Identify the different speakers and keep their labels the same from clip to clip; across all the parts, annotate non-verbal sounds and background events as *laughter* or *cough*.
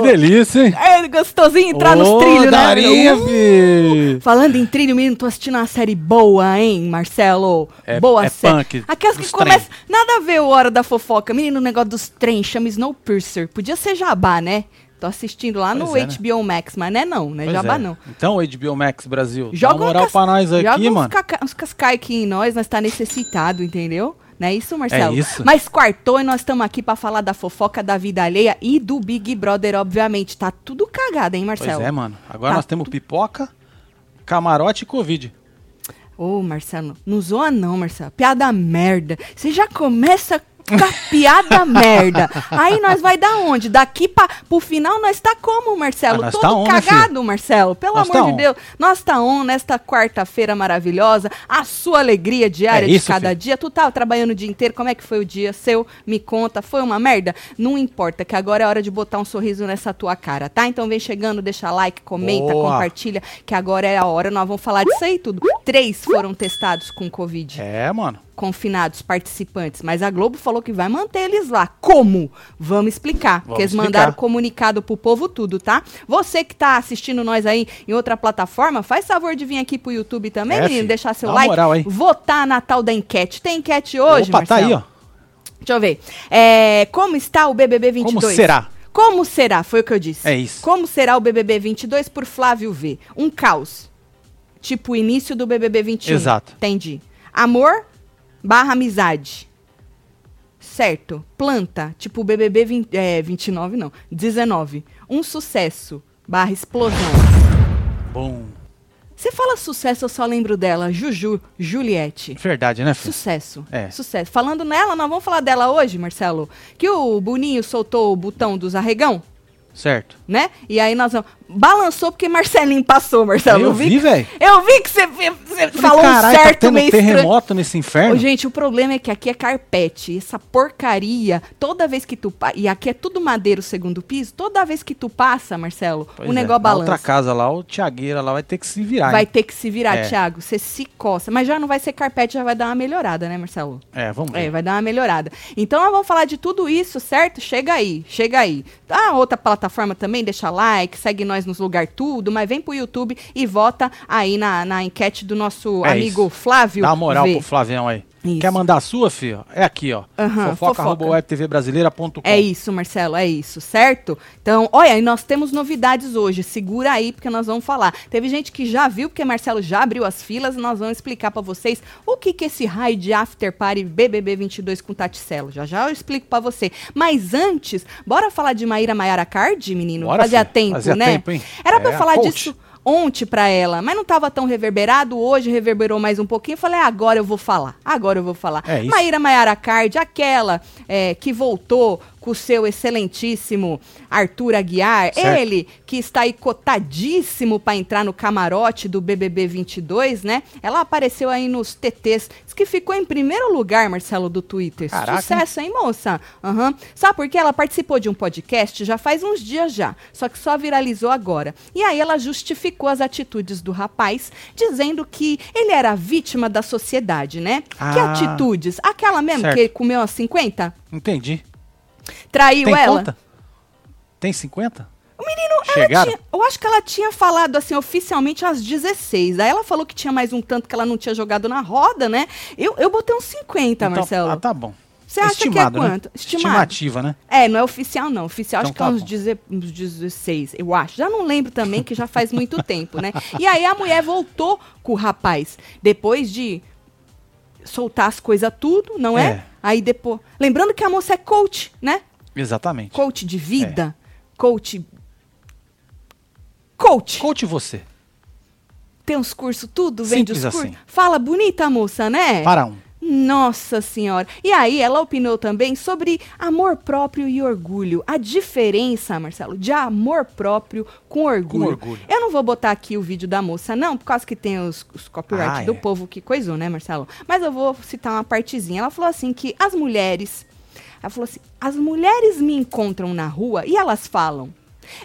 Speaker 1: delícia, hein?
Speaker 2: É gostosinho entrar nos
Speaker 1: Ô,
Speaker 2: trilhos,
Speaker 1: Darinha,
Speaker 2: né? Uh!
Speaker 1: fi.
Speaker 2: Falando em trilho, menino, tô assistindo uma série boa, hein, Marcelo?
Speaker 1: É-
Speaker 2: boa
Speaker 1: é
Speaker 2: série.
Speaker 1: punk
Speaker 2: Aquelas que
Speaker 1: dos
Speaker 2: começam. Nada a ver o Hora da Fofoca. Menino, o negócio dos trens chama Snowpiercer. Podia ser jabá, né? Tô assistindo lá no
Speaker 1: Pois é, né?
Speaker 2: HBO Max, mas não é não, né?
Speaker 1: Pois
Speaker 2: jabá
Speaker 1: é.
Speaker 2: não.
Speaker 1: Então, HBO Max Brasil,
Speaker 2: Joga
Speaker 1: dá uma moral
Speaker 2: um cas-
Speaker 1: pra nós
Speaker 2: joga
Speaker 1: aqui,
Speaker 2: uns
Speaker 1: mano.
Speaker 2: caca- uns cascai aqui em nós, nós tá necessitado, entendeu? Não é isso, Marcelo?
Speaker 1: É isso.
Speaker 2: Mas quartou e nós estamos aqui pra falar da fofoca da vida alheia e do Big Brother, obviamente. Tá tudo cagado, hein,
Speaker 1: Pois
Speaker 2: Marcelo?
Speaker 1: é, mano. Agora
Speaker 2: Tá
Speaker 1: nós temos pipoca, camarote e Covid.
Speaker 2: Ô, Marcelo, não zoa não, Marcelo. Piada merda. Você já começa com a
Speaker 1: *laughs*
Speaker 2: piada merda. Aí nós vai dar onde? Daqui pra, pro final nós tá como, Marcelo?
Speaker 1: Ah, nós
Speaker 2: Todo
Speaker 1: tá on, né,
Speaker 2: cagado, Marcelo. Pelo
Speaker 1: Nós
Speaker 2: amor
Speaker 1: tá
Speaker 2: de
Speaker 1: on.
Speaker 2: Deus. Nós tá on nesta quarta-feira maravilhosa. A sua alegria diária
Speaker 1: É
Speaker 2: de
Speaker 1: isso,
Speaker 2: cada
Speaker 1: filho.
Speaker 2: dia. Tu tava trabalhando o dia inteiro. Como é que foi o dia seu? Me conta. Foi uma merda? Não importa, que agora é hora de botar um sorriso nessa tua cara, tá? Então vem chegando, deixa like, comenta,
Speaker 1: Boa.
Speaker 2: compartilha compartilha, que agora é a hora, nós vamos falar disso aí tudo. Três foram testados com Covid,
Speaker 1: É, mano.
Speaker 2: confinados, participantes, mas a Globo falou que vai manter eles lá. Como? Vamos explicar, porque eles
Speaker 1: explicar.
Speaker 2: mandaram comunicado pro povo tudo, tá? Você que tá assistindo nós aí em outra plataforma, faz favor de vir aqui pro YouTube também,
Speaker 1: É,
Speaker 2: menino,
Speaker 1: fi,
Speaker 2: deixar seu
Speaker 1: dá uma
Speaker 2: like,
Speaker 1: moral, hein?
Speaker 2: votar na tal da enquete. Tem enquete hoje,
Speaker 1: Opa, tá
Speaker 2: Marcelo?
Speaker 1: aí, ó.
Speaker 2: Deixa eu ver. É, como está o BBB 22?
Speaker 1: Como será?
Speaker 2: Como será? Foi o que eu disse.
Speaker 1: É isso.
Speaker 2: Como será o BBB 22 por Flávio V? Um caos. Tipo o início do BBB 21.
Speaker 1: Exato.
Speaker 2: Entendi. Amor barra amizade. Certo. Planta. Tipo o BBB 20, é, 29, não. 19. Um sucesso barra explosão.
Speaker 1: Bom.
Speaker 2: Você fala sucesso, eu só lembro dela. Juju, Juliette.
Speaker 1: Verdade, né, filho?
Speaker 2: Sucesso.
Speaker 1: É.
Speaker 2: Sucesso. Falando nela, nós vamos falar dela hoje, Marcelo. Que o Boninho soltou o botão dos arregão,
Speaker 1: Certo.
Speaker 2: né? E aí nós vamos. Balançou porque Marcelinho passou, Marcelo.
Speaker 1: Eu vi, velho.
Speaker 2: Então, Eu vi que você você
Speaker 1: Falei,
Speaker 2: falou um
Speaker 1: "Caralho,
Speaker 2: certo
Speaker 1: tá tendo
Speaker 2: meio estranho.
Speaker 1: terremoto né? nesse inferno?
Speaker 2: Ô, gente, o problema é que aqui é carpete, essa porcaria. Toda vez que tu pa... e aqui é tudo madeiro segundo piso, toda vez que tu passa, Marcelo,
Speaker 1: Pois
Speaker 2: o um
Speaker 1: é,
Speaker 2: negócio
Speaker 1: na outra
Speaker 2: balança.
Speaker 1: casa lá, o Tiagueira lá vai ter que se virar.
Speaker 2: Vai
Speaker 1: hein?
Speaker 2: ter que se virar,
Speaker 1: É.
Speaker 2: Thiago. Você se coça. Mas já não vai ser carpete, já vai dar uma melhorada, né, Marcelo?
Speaker 1: É, vamos ver.
Speaker 2: É, vai dar uma melhorada. Então nós vamos falar de tudo isso, certo? Chega aí, chega aí. Ah, outra plataforma também, deixa like, segue nós nos lugar tudo, mas vem pro YouTube e vota aí na, na enquete do nosso
Speaker 1: É
Speaker 2: amigo
Speaker 1: isso.
Speaker 2: Flávio.
Speaker 1: Dá uma moral
Speaker 2: V.
Speaker 1: pro Flavião aí.
Speaker 2: Isso.
Speaker 1: Quer mandar a sua, filho? É aqui, ó.
Speaker 2: Aham, fofoca.
Speaker 1: fofoca.webtvbrasileira.com
Speaker 2: É isso, Marcelo, é isso, certo? Então, olha, e nós temos novidades hoje. Segura aí, porque nós vamos falar. Teve gente que já viu, porque Marcelo já abriu as filas, e nós vamos explicar pra vocês o que que é esse raio de after party BBB 22 com Taticelo. Já já eu explico pra você. Mas antes, bora falar de Maíra Maiara Card, menino?
Speaker 1: Bora,
Speaker 2: Fazia
Speaker 1: filho.
Speaker 2: tempo,
Speaker 1: Fazia
Speaker 2: né?
Speaker 1: tempo, hein?
Speaker 2: Era pra
Speaker 1: É,
Speaker 2: eu falar
Speaker 1: coach.
Speaker 2: disso ontem pra ela, mas não tava tão reverberado. Hoje reverberou mais um pouquinho. Falei, ah, agora eu vou falar. Agora eu vou falar.
Speaker 1: É isso.
Speaker 2: Maíra Maiara Card, aquela é, que voltou com o seu excelentíssimo Arthur Aguiar,
Speaker 1: Certo.
Speaker 2: ele que está aí cotadíssimo para entrar no camarote do BBB 22, né? Ela apareceu aí nos TTs, diz que ficou em primeiro lugar, Marcelo, do Twitter.
Speaker 1: Caraca,
Speaker 2: Sucesso, hein, moça? Aham. Sabe por quê? Ela participou de um podcast já faz uns dias já, só que só viralizou agora. E aí ela justificou as atitudes do rapaz, dizendo que ele era vítima da sociedade, né? Que
Speaker 1: Ah.
Speaker 2: atitudes? Aquela mesmo
Speaker 1: Certo.
Speaker 2: que ele comeu as 50?
Speaker 1: Entendi.
Speaker 2: Traiu
Speaker 1: Tem
Speaker 2: ela?
Speaker 1: conta? Tem 50?
Speaker 2: O menino, ela
Speaker 1: Chegaram?
Speaker 2: tinha, eu acho que ela tinha falado assim oficialmente às 16. Aí ela falou que tinha mais um tanto que ela não tinha jogado na roda, né? Eu, eu botei uns 50,
Speaker 1: Então-
Speaker 2: Marcelo.
Speaker 1: Ah, tá bom.
Speaker 2: Você acha que é
Speaker 1: Estimado, né?
Speaker 2: quanto? Estimado.
Speaker 1: Estimativa, né?
Speaker 2: É, não é oficial, não. Oficial
Speaker 1: Então
Speaker 2: acho que
Speaker 1: tá
Speaker 2: é uns,
Speaker 1: bom.
Speaker 2: deze- uns 16, eu acho. Já não lembro também, que já faz muito *laughs* tempo, né? E aí a mulher voltou com o rapaz, depois de soltar as coisas tudo, não é?
Speaker 1: É.
Speaker 2: Aí depois. Lembrando que a moça é coach, né?
Speaker 1: Exatamente.
Speaker 2: Coach de vida.
Speaker 1: É.
Speaker 2: Coach. Coach.
Speaker 1: Coach você.
Speaker 2: Tem uns cursos, tudo, vende os
Speaker 1: Simples
Speaker 2: cursos.
Speaker 1: assim.
Speaker 2: Fala bonita, a moça, né?
Speaker 1: Para um.
Speaker 2: Nossa senhora. E aí ela opinou também sobre amor próprio e orgulho. A diferença, Marcelo, de amor próprio com orgulho.
Speaker 1: Com orgulho.
Speaker 2: Eu não vou botar aqui o vídeo da moça, não, por causa que tem os, os copyright
Speaker 1: Ah,
Speaker 2: do
Speaker 1: é.
Speaker 2: povo que coisou, né, Marcelo? Mas eu vou citar uma partezinha. Ela falou assim que as mulheres... Ela falou assim, as mulheres me encontram na rua e elas falam,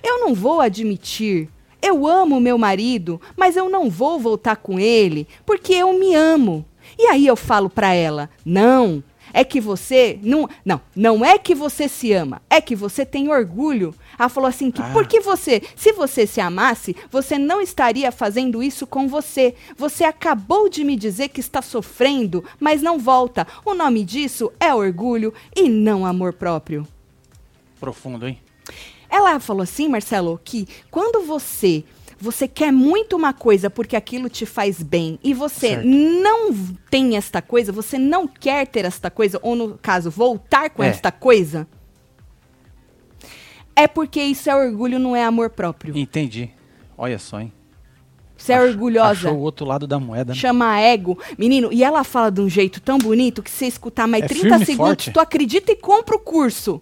Speaker 2: eu não vou admitir... Eu amo meu marido, mas eu não vou voltar com ele porque eu me amo. E aí eu falo pra ela: não, É que você não, não, não é que você se ama, é que você tem orgulho. Ela falou assim que
Speaker 1: Ah.
Speaker 2: porque você, se você se amasse, você não estaria fazendo isso com você. Você acabou de me dizer que está sofrendo, mas não volta. O nome disso é orgulho e não amor próprio.
Speaker 1: Profundo, hein?
Speaker 2: Ela falou assim, Marcelo, que quando você você quer muito uma coisa porque aquilo te faz bem e você
Speaker 1: Certo.
Speaker 2: não v- tem esta coisa, você não quer ter esta coisa ou no caso voltar com
Speaker 1: É.
Speaker 2: esta coisa, é porque isso é orgulho, não é amor próprio.
Speaker 1: Entendi. Olha só, hein?
Speaker 2: Você é
Speaker 1: Ach-
Speaker 2: orgulhosa.
Speaker 1: Achou o outro lado da moeda. né?
Speaker 2: Chama ego. Menino, e ela fala de um jeito tão bonito que se você escutar mais
Speaker 1: É
Speaker 2: 30
Speaker 1: firme e
Speaker 2: segundos,
Speaker 1: forte.
Speaker 2: tu acredita e compra o curso.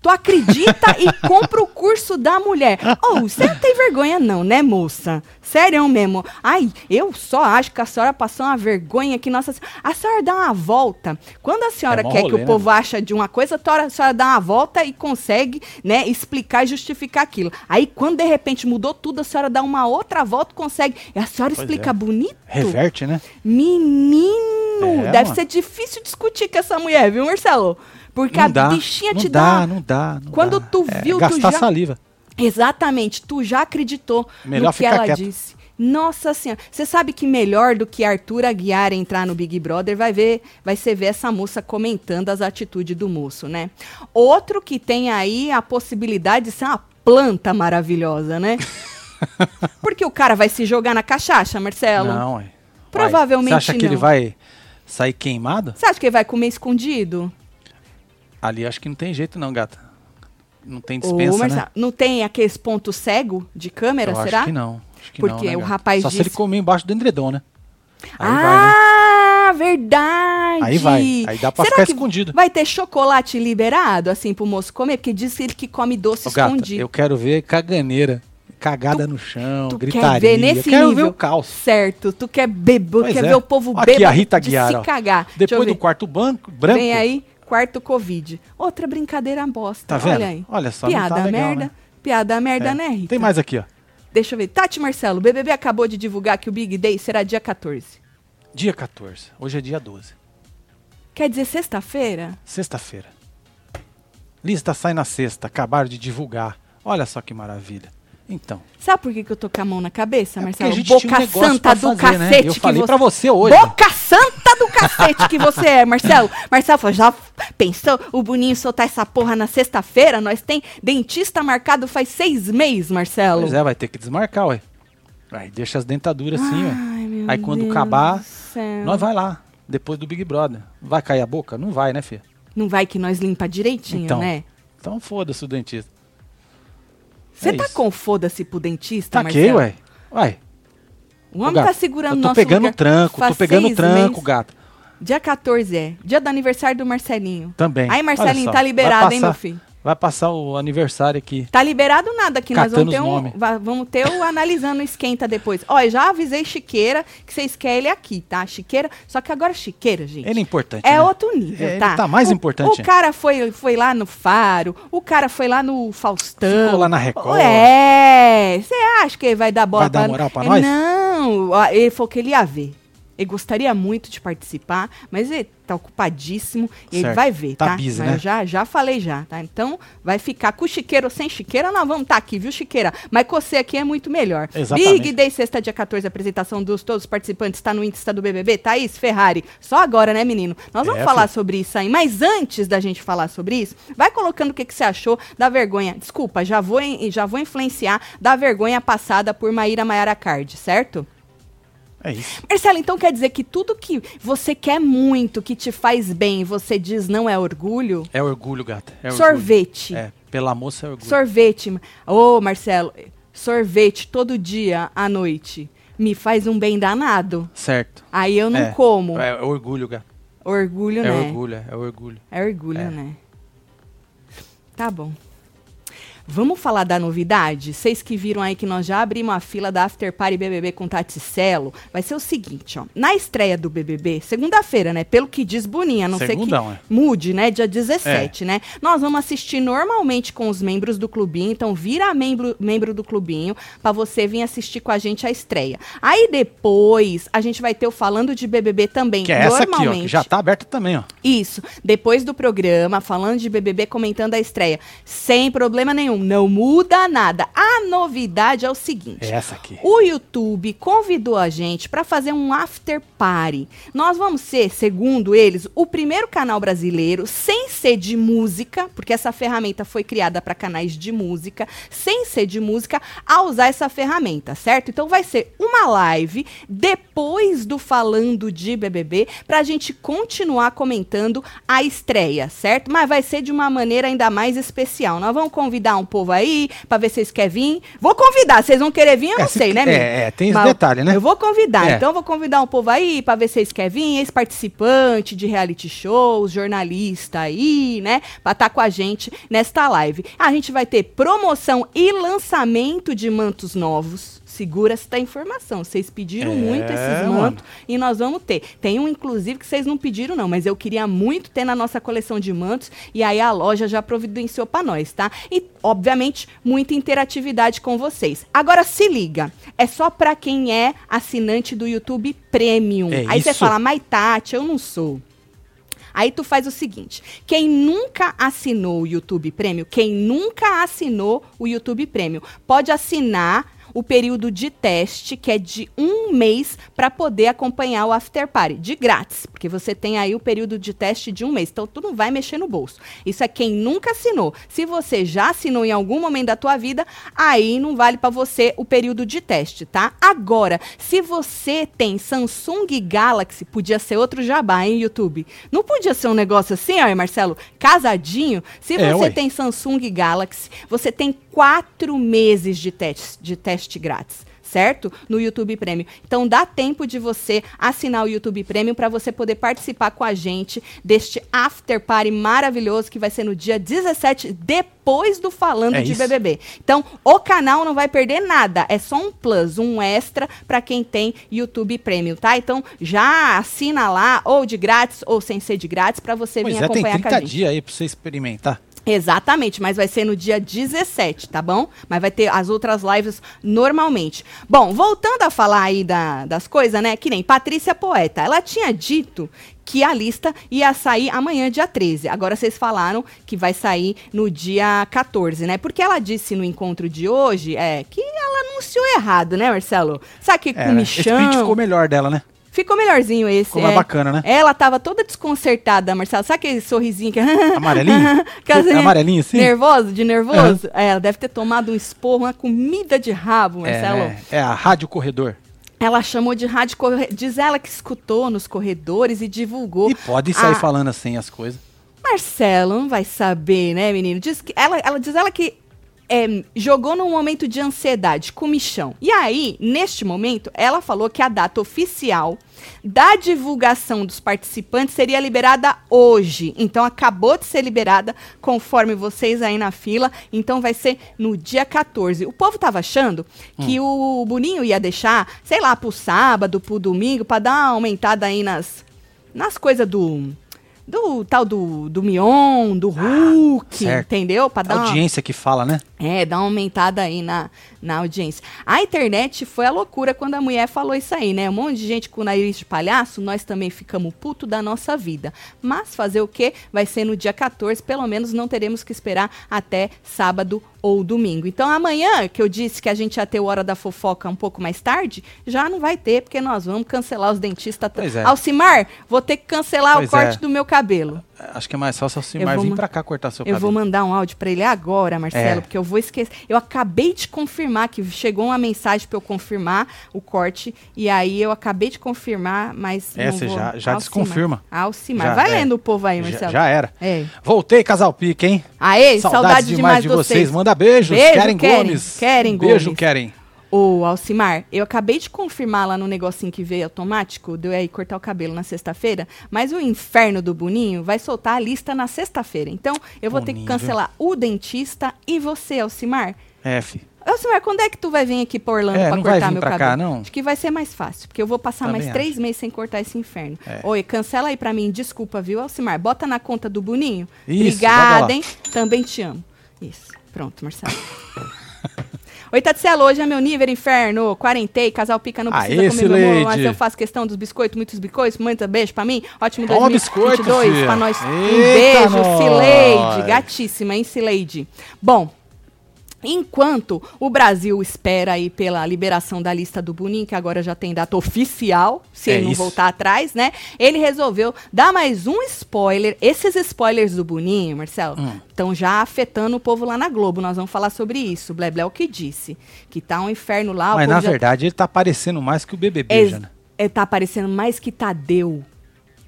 Speaker 2: Tu acredita
Speaker 1: *laughs*
Speaker 2: e compra o curso da mulher. Ou, você não tem vergonha não, né, moça? Sério mesmo. Ai, eu só acho que a senhora passou uma vergonha que, nossa... senhora- A senhora dá uma volta. Quando a senhora
Speaker 1: É mó
Speaker 2: quer que
Speaker 1: rolê,
Speaker 2: o
Speaker 1: né,
Speaker 2: povo acha de uma coisa, a senhora- a senhora dá uma volta e consegue, né, explicar e justificar aquilo. Aí, quando de repente mudou tudo, a senhora dá uma outra volta, consegue. E a senhora
Speaker 1: Pois
Speaker 2: explica
Speaker 1: é.
Speaker 2: bonito.
Speaker 1: Reverte, né?
Speaker 2: Menino,
Speaker 1: É,
Speaker 2: deve
Speaker 1: mano.
Speaker 2: ser difícil discutir com essa mulher, viu, Marcelo? Porque a
Speaker 1: não dá.
Speaker 2: bichinha
Speaker 1: não
Speaker 2: te
Speaker 1: dá,
Speaker 2: dá.
Speaker 1: não dá, não
Speaker 2: Quando
Speaker 1: dá. É,
Speaker 2: tu viu, tu
Speaker 1: gastar
Speaker 2: já-
Speaker 1: saliva.
Speaker 2: Exatamente, tu já acreditou
Speaker 1: Melhor
Speaker 2: no que
Speaker 1: ficar
Speaker 2: ela
Speaker 1: quieto.
Speaker 2: disse. Nossa senhora, você sabe que melhor do que Arthur Aguiar entrar no Big Brother vai ver, vai ser ver essa moça comentando as atitudes do moço, né? Outro que tem aí a possibilidade de ser uma planta maravilhosa,
Speaker 1: *laughs*
Speaker 2: né? Porque o cara vai se jogar na cachaça, Marcelo.
Speaker 1: Não, é.
Speaker 2: Provavelmente
Speaker 1: Você acha que
Speaker 2: não.
Speaker 1: ele vai sair queimado?
Speaker 2: Você acha que ele vai comer escondido?
Speaker 1: Ali acho que não tem jeito não, gata. Não tem
Speaker 2: Ô,
Speaker 1: dispensa, né?
Speaker 2: Marcelo, Não tem aqueles pontos cego de câmera,
Speaker 1: Eu
Speaker 2: será?
Speaker 1: acho que não. Acho que
Speaker 2: Porque
Speaker 1: não, né,
Speaker 2: o
Speaker 1: gata?
Speaker 2: rapaz
Speaker 1: Só se
Speaker 2: disse-
Speaker 1: ele comer embaixo do endredom, né? Aí vai, né?
Speaker 2: ah, verdade!
Speaker 1: Aí vai. Aí dá pra
Speaker 2: será
Speaker 1: ficar
Speaker 2: que
Speaker 1: escondido.
Speaker 2: Vai ter chocolate liberado, assim, pro moço comer? Porque diz ele que come doce
Speaker 1: Ô, gata,
Speaker 2: escondido.
Speaker 1: eu quero ver caganeira, cagada no chão,
Speaker 2: tu
Speaker 1: gritaria.
Speaker 2: quer ver nesse
Speaker 1: eu quero
Speaker 2: nível.
Speaker 1: ver o caos.
Speaker 2: Certo, tu quer bebo,
Speaker 1: Pois
Speaker 2: quer
Speaker 1: é.
Speaker 2: ver o povo
Speaker 1: Aqui,
Speaker 2: bêbado
Speaker 1: a Rita
Speaker 2: de
Speaker 1: Guiara,
Speaker 2: se
Speaker 1: ó.
Speaker 2: cagar. Deixa eu
Speaker 1: Depois
Speaker 2: ver.
Speaker 1: do quarto banco, branco.
Speaker 2: Vem aí, quarto Covid. Outra brincadeira bosta,
Speaker 1: Tá vendo?
Speaker 2: olha aí.
Speaker 1: só,
Speaker 2: Piada
Speaker 1: não tá legal,
Speaker 2: merda,
Speaker 1: né?
Speaker 2: piada merda,
Speaker 1: É.
Speaker 2: né, Rita?
Speaker 1: Tem mais aqui, ó.
Speaker 2: Deixa eu ver. Tati Marcelo, o BBB acabou de divulgar que o Big Day será dia 14.
Speaker 1: Dia 14. Hoje é dia 12.
Speaker 2: Quer dizer, sexta-feira?
Speaker 1: Sexta-feira. Lista sai na sexta. Acabaram de divulgar. Olha só que maravilha. Então,
Speaker 2: Sabe por que, que eu tô com a mão na cabeça,
Speaker 1: É porque
Speaker 2: Marcelo?
Speaker 1: a gente tinha um
Speaker 2: Boca
Speaker 1: negócio
Speaker 2: santa
Speaker 1: pra
Speaker 2: do
Speaker 1: fazer, né?
Speaker 2: cacete
Speaker 1: Eu
Speaker 2: que
Speaker 1: falei
Speaker 2: você...
Speaker 1: pra você hoje.
Speaker 2: Boca santa do cacete que você é,
Speaker 1: *laughs*
Speaker 2: Marcelo. Marcelo falou, já pensou o Boninho soltar essa porra na sexta-feira? Nós tem dentista marcado faz seis meses, Marcelo.
Speaker 1: pois é, vai ter que desmarcar, ué. Aí deixa as dentaduras assim,
Speaker 2: Ai,
Speaker 1: ué.
Speaker 2: meu
Speaker 1: Aí quando
Speaker 2: Deus
Speaker 1: acabar,
Speaker 2: do céu.
Speaker 1: nós vai lá. Depois do Big Brother. Vai cair a boca? Não vai, né, filha?
Speaker 2: Não vai que nós limpa direitinho,
Speaker 1: Então,
Speaker 2: né?
Speaker 1: então foda-se o dentista.
Speaker 2: Você
Speaker 1: é
Speaker 2: tá
Speaker 1: isso.
Speaker 2: com foda-se pro dentista,
Speaker 1: Taquei,
Speaker 2: Marcelo?
Speaker 1: Tá ué. Ué,
Speaker 2: Tá, é. O homem
Speaker 1: Ô, gato,
Speaker 2: tá segurando
Speaker 1: eu
Speaker 2: o
Speaker 1: tô
Speaker 2: nosso
Speaker 1: pegando
Speaker 2: lugar
Speaker 1: tranco, tô
Speaker 2: faz
Speaker 1: pegando
Speaker 2: seis
Speaker 1: tranco,
Speaker 2: meses.
Speaker 1: gato.
Speaker 2: Dia 14 é. Dia do aniversário do Marcelinho.
Speaker 1: Também.
Speaker 2: Aí, Marcelinho,
Speaker 1: Olha só,
Speaker 2: tá liberado,
Speaker 1: vai
Speaker 2: hein, meu
Speaker 1: passar-
Speaker 2: filho?
Speaker 1: Vai passar o aniversário aqui.
Speaker 2: Tá liberado nada aqui. Nós vamos
Speaker 1: Catando
Speaker 2: ter,
Speaker 1: os
Speaker 2: um,
Speaker 1: nome.
Speaker 2: va- vamos ter o analisando o esquenta depois. Ó, eu já avisei Chiqueira que vocês querem ele aqui, tá? Chiqueira. Só que agora Chiqueira, gente.
Speaker 1: Ele é importante.
Speaker 2: É
Speaker 1: né?
Speaker 2: outro nível,
Speaker 1: É, ele
Speaker 2: tá?
Speaker 1: tá mais
Speaker 2: O-
Speaker 1: importante.
Speaker 2: O cara foi, foi lá no Faro, o cara foi lá no Faustão.
Speaker 1: Ficou lá na Record.
Speaker 2: É. Você acha que ele vai dar bola
Speaker 1: Vai dar moral pra nós?
Speaker 2: Não. ó, Ele falou que ele ia ver. Ele gostaria muito de participar, mas ele tá ocupadíssimo. Ele
Speaker 1: Certo.
Speaker 2: vai ver, tá?
Speaker 1: Tá
Speaker 2: Mas
Speaker 1: busy, né?
Speaker 2: eu já, já falei já, tá? Então, vai ficar com chiqueira ou sem chiqueira, nós vamos estar aqui, viu, chiqueira? Mas com você aqui é muito melhor.
Speaker 1: Exatamente.
Speaker 2: Big Day, sexta, dia 14, apresentação dos todos os participantes, tá no Insta do BBB, Thaís Ferrari. Só agora, né, menino? Nós vamos
Speaker 1: É,
Speaker 2: falar
Speaker 1: filho.
Speaker 2: sobre isso aí, mas antes da gente falar sobre isso, vai colocando o que, que você achou da vergonha. Desculpa, já vou, en- já vou influenciar da vergonha passada por Maíra Maiara Card, certo?
Speaker 1: É isso.
Speaker 2: Marcelo, então quer dizer que tudo que você quer muito, que te faz bem, você diz não é orgulho?
Speaker 1: É orgulho, gata. É orgulho.
Speaker 2: sorvete.
Speaker 1: É, pela moça é orgulho.
Speaker 2: Sorvete. Ô, Marcelo, sorvete todo dia à noite me faz um bem danado.
Speaker 1: Certo.
Speaker 2: Aí eu não
Speaker 1: É.
Speaker 2: como.
Speaker 1: É, orgulho, gata.
Speaker 2: Orgulho,
Speaker 1: É
Speaker 2: né?
Speaker 1: orgulho, é, é orgulho.
Speaker 2: É orgulho,
Speaker 1: É.
Speaker 2: né? Tá bom. Vamos falar da novidade? Vocês que viram aí que nós já abrimos a fila da After Party BBB com Taticelo, vai ser o seguinte, ó. Na estreia do BBB, segunda-feira, né? Pelo que diz Boninha, a não sei que
Speaker 1: Segundão, é.
Speaker 2: mude, né? Dia 17, né? Nós vamos assistir normalmente com os membros do clubinho, então vira membro, membro do clubinho pra você vir assistir com a gente a estreia. Aí depois, a gente vai ter o Falando de BBB também,
Speaker 1: Que é essa aqui, ó,
Speaker 2: normalmente.
Speaker 1: que já tá aberta também, ó.
Speaker 2: Isso. Depois do programa, falando de BBB, comentando a estreia. Sem problema nenhum. Não muda nada. A novidade é o seguinte.
Speaker 1: É essa aqui.
Speaker 2: O YouTube convidou a gente para fazer um after party. Nós vamos ser, segundo eles, o primeiro canal brasileiro sem ser de música, porque essa ferramenta foi criada para canais de música, sem ser de música, a usar essa ferramenta, certo? Então vai ser uma live depois do falando de BBB para a gente continuar comentando a estreia, certo? Mas vai ser de uma maneira ainda mais especial. Nós vamos convidar um povo aí para ver se vocês querem vir. Vou convidar, vocês vão querer vir, eu
Speaker 1: É,
Speaker 2: não
Speaker 1: se-
Speaker 2: sei, né, menino?
Speaker 1: é, é, tem esse
Speaker 2: Mas
Speaker 1: detalhe, né?
Speaker 2: Eu vou convidar,
Speaker 1: É.
Speaker 2: então eu vou convidar um povo aí pra ver se vocês querem vir, ex-participante de reality shows, jornalista aí, né? Pra estar com a gente nesta live. A gente vai ter promoção e lançamento de mantos novos. Segura essa informação. Vocês pediram
Speaker 1: É,
Speaker 2: muito esses
Speaker 1: mano.
Speaker 2: mantos e nós vamos ter. Tem um, inclusive, que vocês não pediram, não, mas eu queria muito ter na nossa coleção de mantos e aí a loja já providenciou pra nós, tá? E, obviamente, muita interatividade com vocês. Agora, se liga, é só pra quem é assinante do YouTube Premium.
Speaker 1: É
Speaker 2: aí você
Speaker 1: isso?
Speaker 2: fala, mas Tati, eu não sou. Aí tu faz o seguinte: quem nunca assinou o YouTube Premium, quem nunca assinou o YouTube Premium, pode assinar o período de teste, que é de um mês, para poder acompanhar o After Party, de grátis, porque você tem aí o período de teste de um mês. Então, tu não vai mexer no bolso. Isso é quem nunca assinou. Se você já assinou em algum momento da tua vida, aí não vale para você o período de teste, tá? Agora, se você tem Samsung Galaxy, podia ser outro jabá, hein, YouTube? Não podia ser um negócio assim, ó, Marcelo? Casadinho? Se
Speaker 1: É,
Speaker 2: você
Speaker 1: ué.
Speaker 2: tem Samsung Galaxy, você tem quatro meses de teste, de teste grátis. Certo? No YouTube Premium. Então dá tempo de você assinar o YouTube Premium para você poder participar com a gente deste after party maravilhoso que vai ser no dia 17, depois do Falando
Speaker 1: É
Speaker 2: de
Speaker 1: isso.
Speaker 2: BBB. Então o canal não vai perder nada. É só um plus, um extra para quem tem YouTube Premium, tá? Então já assina lá, ou de grátis, ou sem ser de grátis, para você
Speaker 1: Pois
Speaker 2: vir
Speaker 1: é, tem
Speaker 2: acompanhar com a
Speaker 1: 30
Speaker 2: gente.
Speaker 1: dias aí pra você experimentar.
Speaker 2: Exatamente, mas vai ser no dia 17, tá bom? Mas vai ter as outras lives normalmente. Bom, voltando a falar aí da- das coisas, né? Que nem Patrícia Poeta, ela tinha dito que a lista ia sair amanhã, dia 13. Agora vocês falaram que vai sair no dia 14, né? Porque ela disse no encontro de hoje é, que ela anunciou errado, né, Marcelo? Sabe que
Speaker 1: É,
Speaker 2: com
Speaker 1: né? Esse print ficou melhor dela, né?
Speaker 2: Ficou melhorzinho esse. é.
Speaker 1: Ficou mais bacana, né?
Speaker 2: Ela tava toda desconcertada, Marcelo. Sabe aquele sorrisinho que. *laughs*
Speaker 1: Amarelinho?
Speaker 2: Casinha-
Speaker 1: Amarelinho, sim?
Speaker 2: Nervoso, de nervoso? É, ela deve ter tomado um esporro, uma comida de rabo, Marcelo.
Speaker 1: É, né? é a Rádio Corredor.
Speaker 2: Ela chamou de rádio. corre- Diz ela que escutou nos corredores e divulgou.
Speaker 1: E pode sair
Speaker 2: Ah.
Speaker 1: falando assim as coisas.
Speaker 2: Marcelo não vai saber, né, menino? Diz que ela, ela diz ela que é, jogou num momento de ansiedade, comichão. E aí, neste momento, ela falou que a data oficial da divulgação dos participantes seria liberada hoje. Então, acabou de ser liberada, conforme vocês aí na fila. Então, vai ser no dia 14. O povo tava achando que o Boninho ia deixar, sei lá, pro sábado, pro domingo, pra dar uma aumentada aí nas, nas coisas do... Do tal do, do Mion, do Hulk,
Speaker 1: Ah, certo.
Speaker 2: entendeu? Pra
Speaker 1: A
Speaker 2: dar uma-
Speaker 1: audiência que fala, né?
Speaker 2: é, dá uma aumentada aí na, na audiência. A internet foi a loucura quando a mulher falou isso aí, né? Um monte de gente com nariz de palhaço, nós também ficamos puto da nossa vida. Mas fazer o quê? Vai ser no dia 14, pelo menos não teremos que esperar até sábado ou domingo. Então amanhã, que eu disse que a gente ia ter o Hora da Fofoca um pouco mais tarde, já não vai ter, porque nós vamos cancelar os dentistas.
Speaker 1: Pois é.
Speaker 2: Alcimar, vou ter que cancelar
Speaker 1: Pois
Speaker 2: o corte
Speaker 1: é.
Speaker 2: do meu cabelo.
Speaker 1: Acho que é mais fácil o
Speaker 2: Eu
Speaker 1: Simar
Speaker 2: vou
Speaker 1: vir
Speaker 2: ma-
Speaker 1: pra cá cortar seu
Speaker 2: Eu
Speaker 1: cabelo.
Speaker 2: vou mandar um áudio pra ele agora, Marcelo,
Speaker 1: É.
Speaker 2: porque eu vou esquecer. Eu acabei de confirmar que chegou uma mensagem pra eu confirmar o corte e aí eu acabei de confirmar, mas
Speaker 1: É,
Speaker 2: não
Speaker 1: você
Speaker 2: vou.
Speaker 1: já- já
Speaker 2: Alcimar.
Speaker 1: desconfirma.
Speaker 2: Alcimar,
Speaker 1: Já,
Speaker 2: vai
Speaker 1: é.
Speaker 2: lendo o povo aí,
Speaker 1: Já-
Speaker 2: Marcelo.
Speaker 1: já era.
Speaker 2: É.
Speaker 1: Voltei, Casal Pique, hein?
Speaker 2: Aê, saudade, demais,
Speaker 1: de vocês. Manda beijos.
Speaker 2: Beijo,
Speaker 1: querem
Speaker 2: Keren.
Speaker 1: Gomes.
Speaker 2: Keren
Speaker 1: Beijo,
Speaker 2: Gomes.
Speaker 1: querem.
Speaker 2: Ô, Alcimar, eu acabei de confirmar lá no negocinho que veio automático, deu aí cortar o cabelo na sexta-feira, mas o inferno do Boninho vai soltar a lista na sexta-feira. Então, eu vou ter que
Speaker 1: Boninho,
Speaker 2: cancelar o dentista e você, Alcimar.
Speaker 1: É, fi.
Speaker 2: Alcimar, quando é que tu vai vir aqui pra Orlando
Speaker 1: É,
Speaker 2: pra
Speaker 1: não vai
Speaker 2: cortar
Speaker 1: vir
Speaker 2: meu
Speaker 1: pra cá,
Speaker 2: cabelo?
Speaker 1: não?
Speaker 2: Acho que vai ser mais fácil, porque eu vou passar
Speaker 1: Também
Speaker 2: mais três meses sem cortar esse inferno.
Speaker 1: É.
Speaker 2: Oi, cancela aí pra mim, desculpa, viu, Alcimar? Bota na conta do Boninho.
Speaker 1: Isso, joga
Speaker 2: Obrigada,
Speaker 1: lá.
Speaker 2: hein? Também te amo. Isso. Pronto, Marcelo. *laughs* Oi, Tatielo, hoje é meu nível, inferno. Quarentei, casal pica não precisa
Speaker 1: Aê,
Speaker 2: comer meu amor, mas
Speaker 1: Cileide.
Speaker 2: eu faço questão dos biscoitos, muitos biscoitos, muita beijo pra mim. Ótimo
Speaker 1: Toma
Speaker 2: 2022
Speaker 1: biscoito, filha.
Speaker 2: pra nós. um
Speaker 1: Eita,
Speaker 2: beijo,
Speaker 1: nós.
Speaker 2: Cileide. Gatíssima, hein, Cileide? Bom, Enquanto o Brasil espera aí pela liberação da lista do Boninho, que agora já tem data oficial, se
Speaker 1: É
Speaker 2: ele não
Speaker 1: isso.
Speaker 2: voltar atrás, né? Ele resolveu dar mais um spoiler. Esses spoilers do Boninho, Marcelo,
Speaker 1: Hum.
Speaker 2: estão já afetando o povo lá na Globo. Nós vamos falar sobre isso. Bleblé o que disse, que tá um inferno lá.
Speaker 1: Mas
Speaker 2: o povo
Speaker 1: na
Speaker 2: já-
Speaker 1: verdade né? ele tá aparecendo mais que o BBB,
Speaker 2: É,
Speaker 1: Jana.
Speaker 2: é, tá aparecendo mais que Tadeu.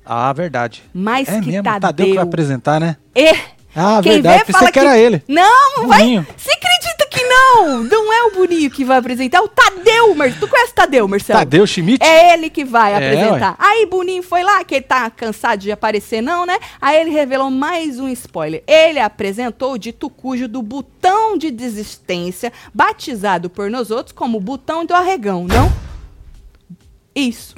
Speaker 1: Ah, verdade.
Speaker 2: Mais
Speaker 1: é
Speaker 2: que
Speaker 1: mesmo,
Speaker 2: Tadeu. É!
Speaker 1: Tadeu que vai apresentar, né?
Speaker 2: E...
Speaker 1: Ah,
Speaker 2: Quem
Speaker 1: verdade,
Speaker 2: vê
Speaker 1: pensei
Speaker 2: fala
Speaker 1: que era ele.
Speaker 2: Não, não vai.
Speaker 1: Boninho.
Speaker 2: Você acredita que não? Não é o Boninho que vai apresentar, é o Tadeu, Marcelo. Tu conhece o Tadeu, Marcelo?
Speaker 1: Tadeu Schmidt?
Speaker 2: É ele que vai
Speaker 1: É,
Speaker 2: apresentar. Aí Boninho foi lá, que ele tá cansado de aparecer, não, né? Aí ele revelou mais um spoiler. Ele apresentou o dito cujo do botão de desistência, batizado por nós outros como botão do arregão, não?
Speaker 1: *laughs*
Speaker 2: Isso.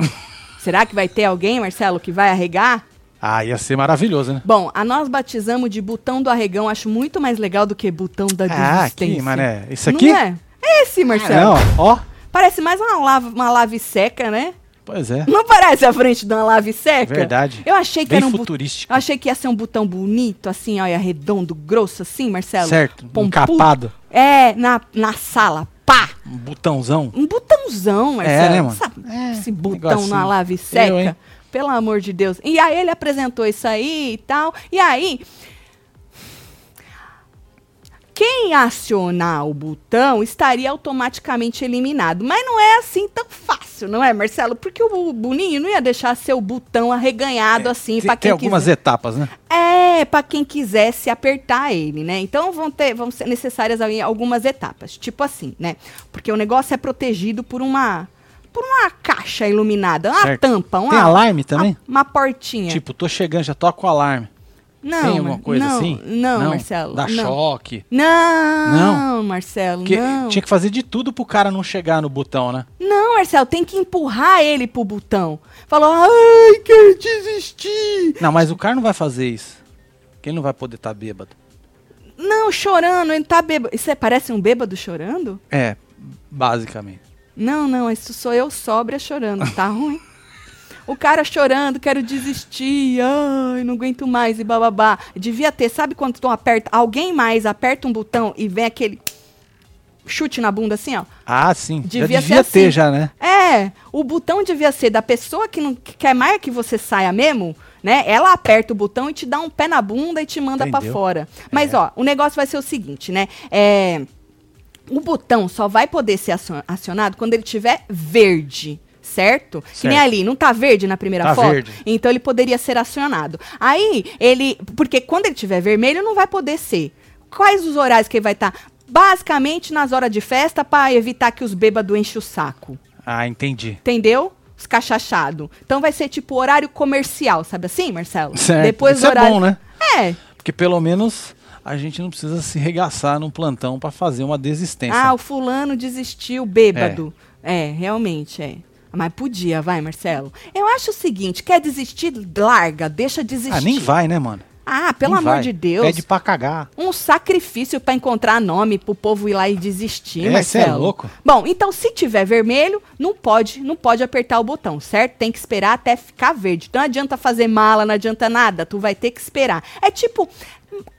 Speaker 2: Será que vai ter alguém, Marcelo, que vai arregar?
Speaker 1: Ah, ia ser maravilhoso, né?
Speaker 2: Bom, a nós batizamos de botão do arregão, acho muito mais legal do que botão da
Speaker 1: Ah,
Speaker 2: desistência.
Speaker 1: aqui, mané. Isso aqui?
Speaker 2: Não é? É esse, Marcelo.
Speaker 1: Não, ó.
Speaker 2: Parece mais uma lava, uma lave seca, né?
Speaker 1: Pois é.
Speaker 2: Não parece a frente de uma lave seca?
Speaker 1: Verdade.
Speaker 2: Eu achei que
Speaker 1: Bem
Speaker 2: era um bu-
Speaker 1: futurístico.
Speaker 2: Eu achei que ia ser um botão bonito, assim, olha, redondo, grosso, assim, Marcelo.
Speaker 1: Certo,
Speaker 2: Pompudo.
Speaker 1: encapado.
Speaker 2: É, na, na sala, pá.
Speaker 1: Um botãozão.
Speaker 2: Um botãozão, Marcelo.
Speaker 1: né, mano?
Speaker 2: Sabe,
Speaker 1: É,
Speaker 2: esse
Speaker 1: um
Speaker 2: botão
Speaker 1: negocinho.
Speaker 2: na lave
Speaker 1: Eu,
Speaker 2: seca.
Speaker 1: hein?
Speaker 2: Pelo amor de Deus. E aí ele apresentou isso aí e tal. E aí, quem acionar o botão estaria automaticamente eliminado. Mas não é assim tão fácil, não é, Marcelo? Porque o Boninho não ia deixar seu botão arreganhado assim.
Speaker 1: É, Tem-
Speaker 2: pra quem
Speaker 1: tem algumas
Speaker 2: quiser.
Speaker 1: etapas, né?
Speaker 2: É, para quem quisesse apertar ele, né? Então vão ter, vão ser necessárias aí algumas etapas, tipo assim, né? Porque o negócio é protegido por uma por uma caixa iluminada, uma
Speaker 1: Certo.
Speaker 2: tampa, uma
Speaker 1: Tem alarme também?
Speaker 2: Uma, uma portinha.
Speaker 1: Tipo, tô chegando, já toca o alarme.
Speaker 2: não,
Speaker 1: tem alguma
Speaker 2: Mar-
Speaker 1: coisa
Speaker 2: não,
Speaker 1: assim?
Speaker 2: Não, Marcelo.
Speaker 1: Dá
Speaker 2: não.
Speaker 1: choque.
Speaker 2: Não, Marcelo,
Speaker 1: Porque
Speaker 2: não.
Speaker 1: tinha que fazer de tudo pro cara não chegar no botão, né?
Speaker 2: Não, Marcelo, tem que empurrar ele pro botão. Falou, ai, quero desistir.
Speaker 1: Não, mas o cara não vai fazer isso. Quem não vai poder estar bêbado?
Speaker 2: Não, chorando, ele tá bêbado. Isso é- parece um bêbado chorando?
Speaker 1: É, basicamente.
Speaker 2: Não, não, isso sou eu sobra chorando, tá ruim? O cara chorando, quero desistir, ai, não aguento mais e bababá. Devia ter, sabe quando tu aperta, alguém mais aperta um botão e vem aquele chute na bunda assim, ó?
Speaker 1: Ah, sim.
Speaker 2: Devia
Speaker 1: já
Speaker 2: ser
Speaker 1: devia ter
Speaker 2: assim.
Speaker 1: já, né?
Speaker 2: É, o botão devia ser da pessoa que não que quer mais que você saia mesmo, né? Ela aperta o botão e te dá um pé na bunda e te manda pra
Speaker 1: Entendeu? É.
Speaker 2: fora. Mas ó, o negócio vai ser o seguinte, né? É, o botão só vai poder ser acio- acionado quando ele tiver verde. Certo? Que nem
Speaker 1: Certo.
Speaker 2: ali, não tá verde na primeira
Speaker 1: Tá
Speaker 2: foto?
Speaker 1: verde.
Speaker 2: Então ele poderia ser acionado. Aí, ele. Porque quando ele tiver vermelho, não vai poder ser. Quais os horários que ele vai estar? Basicamente nas horas de festa, pra evitar que os bêbados enchem o saco.
Speaker 1: Ah, entendi.
Speaker 2: Entendeu? Os cachachados. Então vai ser tipo horário comercial, sabe assim, Marcelo?
Speaker 1: Certo. Isso
Speaker 2: do
Speaker 1: é bom, né?
Speaker 2: É.
Speaker 1: Porque pelo menos a gente não precisa se regaçar num plantão pra fazer uma desistência.
Speaker 2: Ah, o fulano desistiu, bêbado. É, realmente, é. Mas podia, vai, Marcelo. Eu acho o seguinte, quer desistir, larga, deixa desistir.
Speaker 1: Ah, nem vai, né, mano?
Speaker 2: Ah, pelo
Speaker 1: Nem
Speaker 2: amor
Speaker 1: vai.
Speaker 2: de Deus.
Speaker 1: Pede pra cagar.
Speaker 2: um sacrifício pra encontrar nome pro povo ir lá e desistir,
Speaker 1: É, cê é
Speaker 2: Marcelo.
Speaker 1: louco.
Speaker 2: Bom, então se tiver vermelho, não pode, não pode apertar o botão, certo? Tem que esperar até ficar verde. Então não adianta fazer mala, não adianta nada, tu vai ter que esperar. É tipo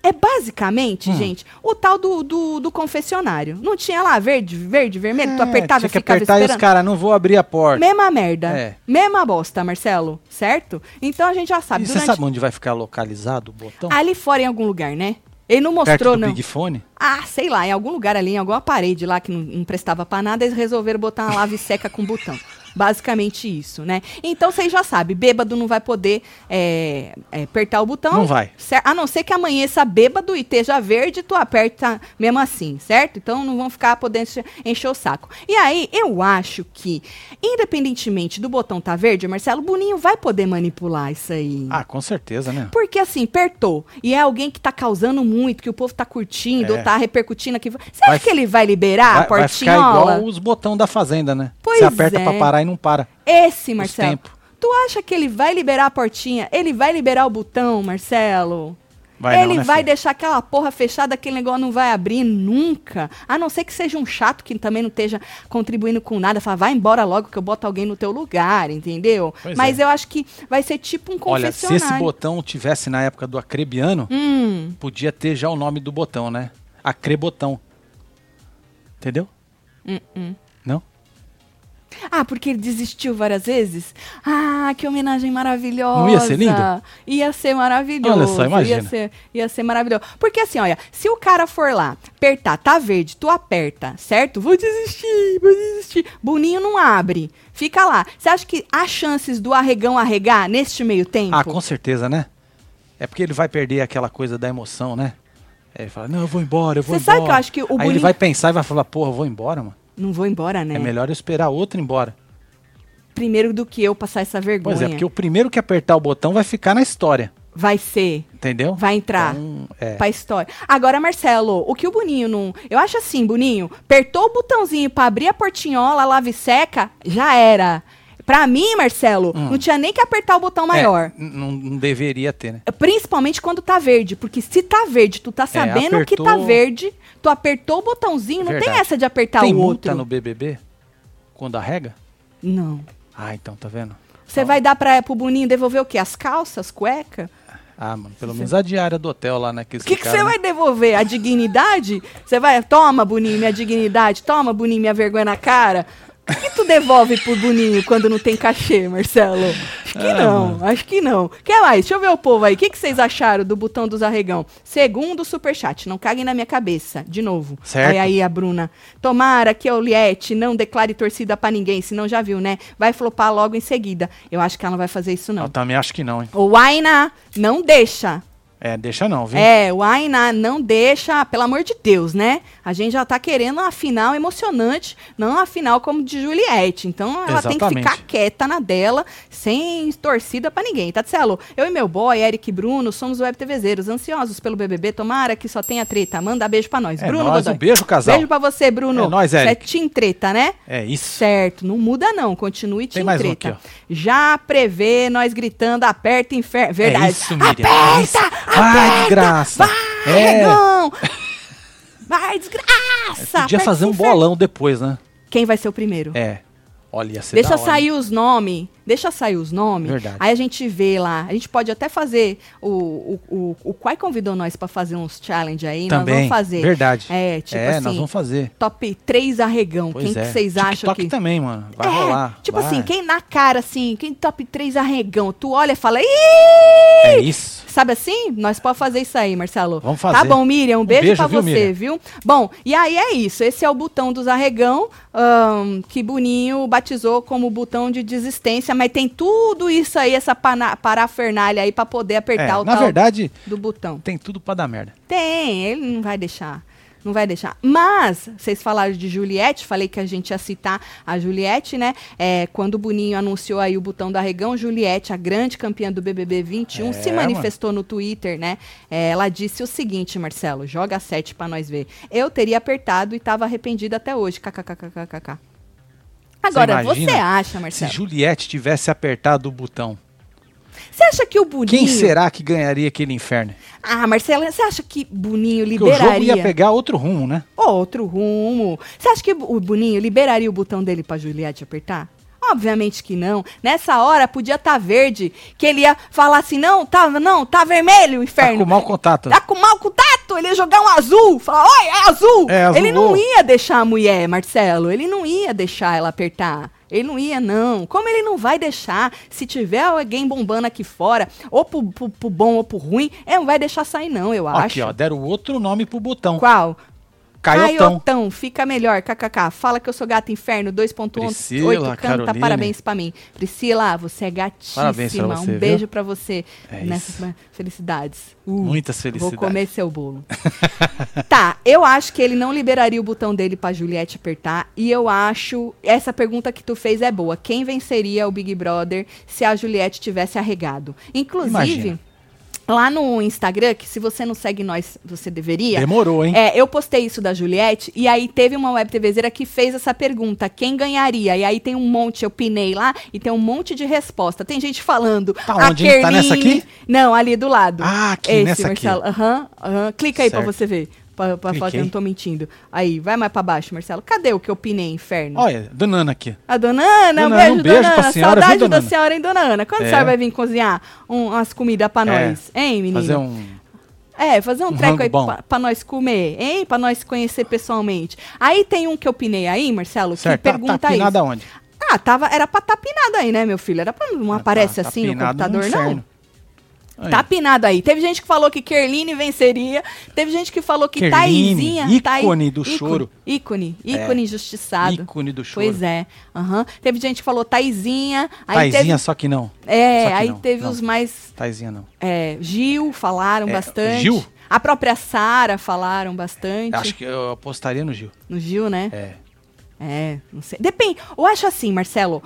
Speaker 2: é basicamente,
Speaker 1: Hum.
Speaker 2: gente, o tal do, do, do confessionário. Não tinha lá verde, verde, vermelho, tu
Speaker 1: É,
Speaker 2: apertava e
Speaker 1: tinha que
Speaker 2: ficava
Speaker 1: apertar e os
Speaker 2: esperando.
Speaker 1: caras, não vou abrir a porta.
Speaker 2: Mesma merda.
Speaker 1: É.
Speaker 2: Mesma bosta, Marcelo, certo? Então a gente já sabe.
Speaker 1: E você
Speaker 2: durante-
Speaker 1: sabe onde vai ficar localizado o botão?
Speaker 2: Ali fora em algum lugar, né? Ele não
Speaker 1: Perto
Speaker 2: mostrou,
Speaker 1: do
Speaker 2: não.
Speaker 1: Big Fone?
Speaker 2: Ah, sei
Speaker 1: *laughs*
Speaker 2: lá, em algum lugar ali, em alguma parede lá que não, não prestava pra nada, eles resolveram botar uma lave seca com botão. Basicamente isso, né? Então vocês já sabem, bêbado não vai poder é, é, apertar o botão.
Speaker 1: Não vai.
Speaker 2: Cer- A não ser que amanheça bêbado e esteja verde, tu aperta mesmo assim, certo? Então não vão ficar podendo enche- encher o saco. E aí, eu acho que, independentemente do botão tá verde, Marcelo, o Boninho vai poder manipular isso aí.
Speaker 1: Ah, com certeza, né?
Speaker 2: Porque assim, apertou. E é alguém que tá causando muito, que o povo tá curtindo,
Speaker 1: É.
Speaker 2: ou tá repercutindo aqui. Você
Speaker 1: Vai
Speaker 2: acha
Speaker 1: fi-
Speaker 2: que ele vai liberar a
Speaker 1: Vai, vai ficar
Speaker 2: portinhola?
Speaker 1: igual os botão da fazenda, né?
Speaker 2: ah, Pois
Speaker 1: Você aperta
Speaker 2: é.
Speaker 1: pra parar e não para.
Speaker 2: Esse,
Speaker 1: Os
Speaker 2: Marcelo.
Speaker 1: tempo.
Speaker 2: Tu acha que ele vai liberar a portinha? Ele vai liberar o botão, Marcelo?
Speaker 1: Vai não,
Speaker 2: ele
Speaker 1: né,
Speaker 2: vai
Speaker 1: filho?
Speaker 2: deixar aquela porra fechada, aquele negócio não vai abrir nunca. A não ser que seja um chato que também não esteja contribuindo com nada. Fala, vai embora logo que eu boto alguém no teu lugar, entendeu?
Speaker 1: Pois
Speaker 2: Mas
Speaker 1: é.
Speaker 2: eu acho que vai ser tipo um
Speaker 1: Olha,
Speaker 2: confessionário.
Speaker 1: se esse botão tivesse na época do acrebiano,
Speaker 2: Hum,
Speaker 1: podia ter já o nome do botão, né? Acrebotão. Entendeu?
Speaker 2: Hum,
Speaker 1: Não?
Speaker 2: Ah, porque ele desistiu várias vezes? Ah, que homenagem maravilhosa.
Speaker 1: Não ia ser lindo?
Speaker 2: Ia ser maravilhoso.
Speaker 1: Olha só, imagina.
Speaker 2: Ia ser, ia ser maravilhoso. Porque assim, olha, se o cara for lá, apertar, tá verde, tu aperta, certo? Vou desistir, vou desistir. Boninho não abre. Fica lá. Você acha que há chances do arregão arregar neste meio tempo?
Speaker 1: Ah, com certeza, né? É porque ele vai perder aquela coisa da emoção, né? É, ele fala, não, eu vou embora, eu vou
Speaker 2: Você
Speaker 1: embora.
Speaker 2: sabe que eu acho que o
Speaker 1: Aí ele
Speaker 2: Boninho-
Speaker 1: vai pensar e vai falar, porra, eu vou embora, mano.
Speaker 2: Não vou embora,
Speaker 1: É,
Speaker 2: né?
Speaker 1: melhor eu esperar outro ir embora.
Speaker 2: Primeiro do que eu passar essa vergonha.
Speaker 1: Pois é, porque o primeiro que apertar o botão vai ficar na história,
Speaker 2: Vai ser.
Speaker 1: entendeu?
Speaker 2: Vai entrar.
Speaker 1: Então, é.
Speaker 2: pra história. Agora, Marcelo, o que o Boninho não. Eu acho assim, Boninho, apertou o botãozinho pra abrir a portinhola, a lave seca, já era. Pra mim, Marcelo, não tinha nem que apertar o botão maior.
Speaker 1: Hum. É, n- não, não deveria ter, né?
Speaker 2: Principalmente quando tá verde, porque se tá verde, tu tá sabendo que tá
Speaker 1: É, apertou- É
Speaker 2: verde, tu apertou o botãozinho, não tem
Speaker 1: Verdade.
Speaker 2: essa de apertar
Speaker 1: Tem
Speaker 2: o
Speaker 1: multa
Speaker 2: outro.
Speaker 1: no BBB? Quando arrega?
Speaker 2: Não.
Speaker 1: Ah, então, tá vendo?
Speaker 2: Você vai dar pra, pro Boninho devolver o quê? As calças, cueca?
Speaker 1: Ah, mano, pelo menos a diária do hotel lá, né?
Speaker 2: O que que você vai devolver? A dignidade? Você vai, toma, Boninho, minha dignidade, toma, Boninho, minha vergonha na cara. O que, que tu devolve pro Boninho quando não tem cachê, Marcelo? Acho que não, acho que não. Quer mais? Deixa eu ver o povo aí. O que, que vocês acharam do botão dos arregão? Segundo o superchat, não caguem na minha cabeça, de novo.
Speaker 1: Certo.
Speaker 2: Aí, aí, a Bruna. Tomara que a Oliette não declare torcida pra ninguém, senão já viu, né? Vai flopar logo em seguida. Eu acho que ela não vai fazer isso,
Speaker 1: Eu
Speaker 2: não.
Speaker 1: também acho que não, hein?
Speaker 2: O Aina, não deixa.
Speaker 1: É, deixa não, viu?
Speaker 2: É, o Aina não deixa, pelo amor de Deus, né? A gente já tá querendo uma final emocionante, não a final como de Juliette. Então ela tem que
Speaker 1: Exatamente.
Speaker 2: ficar quieta na dela, sem torcida pra ninguém. Tatselo, eu e meu boy, Eric e Bruno, somos web TVzeiros, ansiosos pelo BBB. Tomara que só tenha treta. Manda beijo pra nós.
Speaker 1: É
Speaker 2: Bruno
Speaker 1: nóis,
Speaker 2: Godoy.
Speaker 1: um beijo, casal.
Speaker 2: Beijo pra você, Bruno.
Speaker 1: É nóis,
Speaker 2: Você
Speaker 1: Eric.
Speaker 2: É team treta, né?
Speaker 1: É isso.
Speaker 2: Certo, não muda não, continue te
Speaker 1: Tem mais um
Speaker 2: treta.
Speaker 1: aqui, ó.
Speaker 2: Já prevê nós gritando, aperta inferno. Verdade.
Speaker 1: É isso, Miriam.
Speaker 2: Aperta!
Speaker 1: é isso. Vai, graça.
Speaker 2: Vai,
Speaker 1: é.
Speaker 2: negão! Vai, desgraça!
Speaker 1: Podia
Speaker 2: Aperta
Speaker 1: fazer um
Speaker 2: esse inferno.
Speaker 1: bolão depois, né?
Speaker 2: Quem vai ser o primeiro?
Speaker 1: É. Olha, ia ser
Speaker 2: Deixa
Speaker 1: da hora.
Speaker 2: sair os nomes. Deixa sair os nomes.
Speaker 1: Verdade.
Speaker 2: Aí a gente vê lá. A gente pode até fazer. O, o, o, o Quai convidou nós pra fazer uns challenge aí.
Speaker 1: Também.
Speaker 2: Nós vamos fazer.
Speaker 1: Verdade.
Speaker 2: É, tipo
Speaker 1: é,
Speaker 2: assim.
Speaker 1: nós vamos fazer.
Speaker 2: Top 3 arregão.
Speaker 1: Pois
Speaker 2: quem
Speaker 1: é.
Speaker 2: que vocês acham
Speaker 1: TikTok
Speaker 2: que.
Speaker 1: também, mano. Vai
Speaker 2: é,
Speaker 1: rolar.
Speaker 2: Tipo
Speaker 1: vai.
Speaker 2: assim, quem na cara, assim, quem top 3 arregão, tu olha e fala, ih!
Speaker 1: É isso.
Speaker 2: Sabe assim? Nós podemos fazer isso aí, Marcelo.
Speaker 1: Vamos fazer.
Speaker 2: Tá bom, Miriam. Um beijo,
Speaker 1: beijo,
Speaker 2: pra
Speaker 1: viu,
Speaker 2: você,
Speaker 1: Miriam?
Speaker 2: viu? Bom, e aí é isso. Esse é o botão dos arregão, ahn, que Boninho batizou como botão de desistência, mas tem tudo isso aí, essa pana- parafernália aí pra poder
Speaker 1: É,
Speaker 2: apertar o
Speaker 1: na
Speaker 2: tal
Speaker 1: verdade,
Speaker 2: do botão.
Speaker 1: tem tudo pra dar merda.
Speaker 2: Tem, ele não vai deixar. Não vai deixar. Mas, vocês falaram de Juliette, falei que a gente ia citar a Juliette, né? É, quando o Boninho anunciou aí o botão do arregão, Juliette, a grande campeã do BBB 21,
Speaker 1: É,
Speaker 2: se manifestou no Twitter, né? É, ela disse o seguinte, Marcelo, joga 7 pra nós ver. Eu teria apertado e tava arrependida até hoje. KKKKKK. Agora, você,
Speaker 1: imagina
Speaker 2: acha,
Speaker 1: Se
Speaker 2: Marcelo?
Speaker 1: Juliette tivesse apertado o botão,
Speaker 2: Você acha que o Boninho...
Speaker 1: quem será que ganharia aquele inferno?
Speaker 2: Ah, Marcelo, você acha que Boninho
Speaker 1: Porque o
Speaker 2: liberaria...
Speaker 1: jogo ia pegar outro rumo, né?
Speaker 2: outro rumo. Você acha que o Boninho liberaria o botão dele pra Juliette apertar? Obviamente que não. Nessa hora podia estar verde, que ele ia falar assim: "Não, tá, não, tá vermelho,
Speaker 1: Tá com
Speaker 2: inferno".
Speaker 1: mau contato.
Speaker 2: Tá com mau contato, ele ia jogar um azul, falar, oi, é azul.
Speaker 1: É, azul.
Speaker 2: Ele não ia deixar a mulher, Marcelo, ele não ia deixar ela apertar. Ele não ia, não. Como ele não vai deixar? Se tiver alguém bombando aqui fora, ou pro, pro- pro bom ou pro ruim, ele não vai deixar sair, não, eu acho.
Speaker 1: Aqui, ó, deram outro nome pro botão.
Speaker 2: Qual?
Speaker 1: Caiotão.
Speaker 2: Caiotão, fica melhor, kkk. Fala que eu sou gata inferno, 2.8, canta
Speaker 1: Priscila, Caroline.
Speaker 2: parabéns pra mim. Priscila, você é gatíssima.
Speaker 1: Parabéns pra você,
Speaker 2: um
Speaker 1: viu?
Speaker 2: beijo pra você
Speaker 1: É
Speaker 2: nessas
Speaker 1: isso.
Speaker 2: felicidades. Uh,
Speaker 1: Muitas
Speaker 2: Vou
Speaker 1: felicidades.
Speaker 2: comer seu
Speaker 1: *laughs*
Speaker 2: bolo. tá, eu acho que ele não liberaria o botão dele pra Juliette apertar. E eu acho. Essa pergunta que tu fez é boa. Quem venceria o Big Brother se a Juliette tivesse arregado? Inclusive.
Speaker 1: Imagina.
Speaker 2: Lá no Instagram, que se você não segue nós, você deveria.
Speaker 1: Demorou, hein?
Speaker 2: É, eu postei isso da Juliette e aí teve uma web TVzeira que fez essa pergunta: quem ganharia? E aí tem um monte, eu pinei lá e tem um monte de resposta. Tem gente falando.
Speaker 1: Tá
Speaker 2: a
Speaker 1: onde? Tá nessa
Speaker 2: Kerline-
Speaker 1: aqui?
Speaker 2: Não, ali do lado.
Speaker 1: Ah, aqui,
Speaker 2: Esse,
Speaker 1: nessa aqui.
Speaker 2: Marcelo. Aham, aham. Clica aí pra
Speaker 1: Certo.
Speaker 2: você ver. Pra, pra falar que
Speaker 1: Cliquei.
Speaker 2: eu não tô mentindo. Aí, vai mais pra baixo, Marcelo. Cadê o que eu pinei, inferno?
Speaker 1: Olha, dona Ana aqui.
Speaker 2: A dona Ana, um
Speaker 1: Dona Ana,
Speaker 2: beijo,
Speaker 1: um beijo
Speaker 2: dona
Speaker 1: pra
Speaker 2: Ana.
Speaker 1: senhora,
Speaker 2: Saudade
Speaker 1: viu, dona
Speaker 2: da
Speaker 1: Ana?
Speaker 2: senhora, hein, dona Ana? Quando a
Speaker 1: É.
Speaker 2: senhora vai vir cozinhar um- umas comidas pra
Speaker 1: É.
Speaker 2: nós? Hein, menino?
Speaker 1: Fazer um.
Speaker 2: É, fazer um,
Speaker 1: Um
Speaker 2: treco
Speaker 1: rango
Speaker 2: aí
Speaker 1: bom.
Speaker 2: pra, pra nós comer, hein? Pra nós conhecer pessoalmente. Aí tem um que eu pinei aí, Marcelo,
Speaker 1: Certo,
Speaker 2: que
Speaker 1: tá, tá
Speaker 2: pergunta é
Speaker 1: pinada
Speaker 2: isso.
Speaker 1: onde?
Speaker 2: Ah, tava, era pra tá pinado aí, né, meu filho? Era pra não aparece
Speaker 1: tá
Speaker 2: assim no
Speaker 1: pinado no
Speaker 2: computador, não.
Speaker 1: inferno. Aí.
Speaker 2: Tá pinado aí. Teve gente que falou que Kerline venceria. Teve gente que falou que
Speaker 1: Kerline,
Speaker 2: Taizinha.
Speaker 1: ícone do choro. É.
Speaker 2: Ícone, ícone injustiçado.
Speaker 1: ícone do choro.
Speaker 2: Pois é. Aham. Teve gente que falou Taizinha. Aí
Speaker 1: Taizinha, só que não.
Speaker 2: teve, é,
Speaker 1: só que
Speaker 2: aí
Speaker 1: não,
Speaker 2: teve
Speaker 1: não.
Speaker 2: os mais
Speaker 1: Taizinha não.
Speaker 2: é, Gil falaram
Speaker 1: É,
Speaker 2: bastante.
Speaker 1: Gil?
Speaker 2: A própria Sara falaram bastante.
Speaker 1: Acho que eu apostaria no Gil.
Speaker 2: No Gil, né?
Speaker 1: É.
Speaker 2: É, não sei. Depende. Eu acho assim, Marcelo.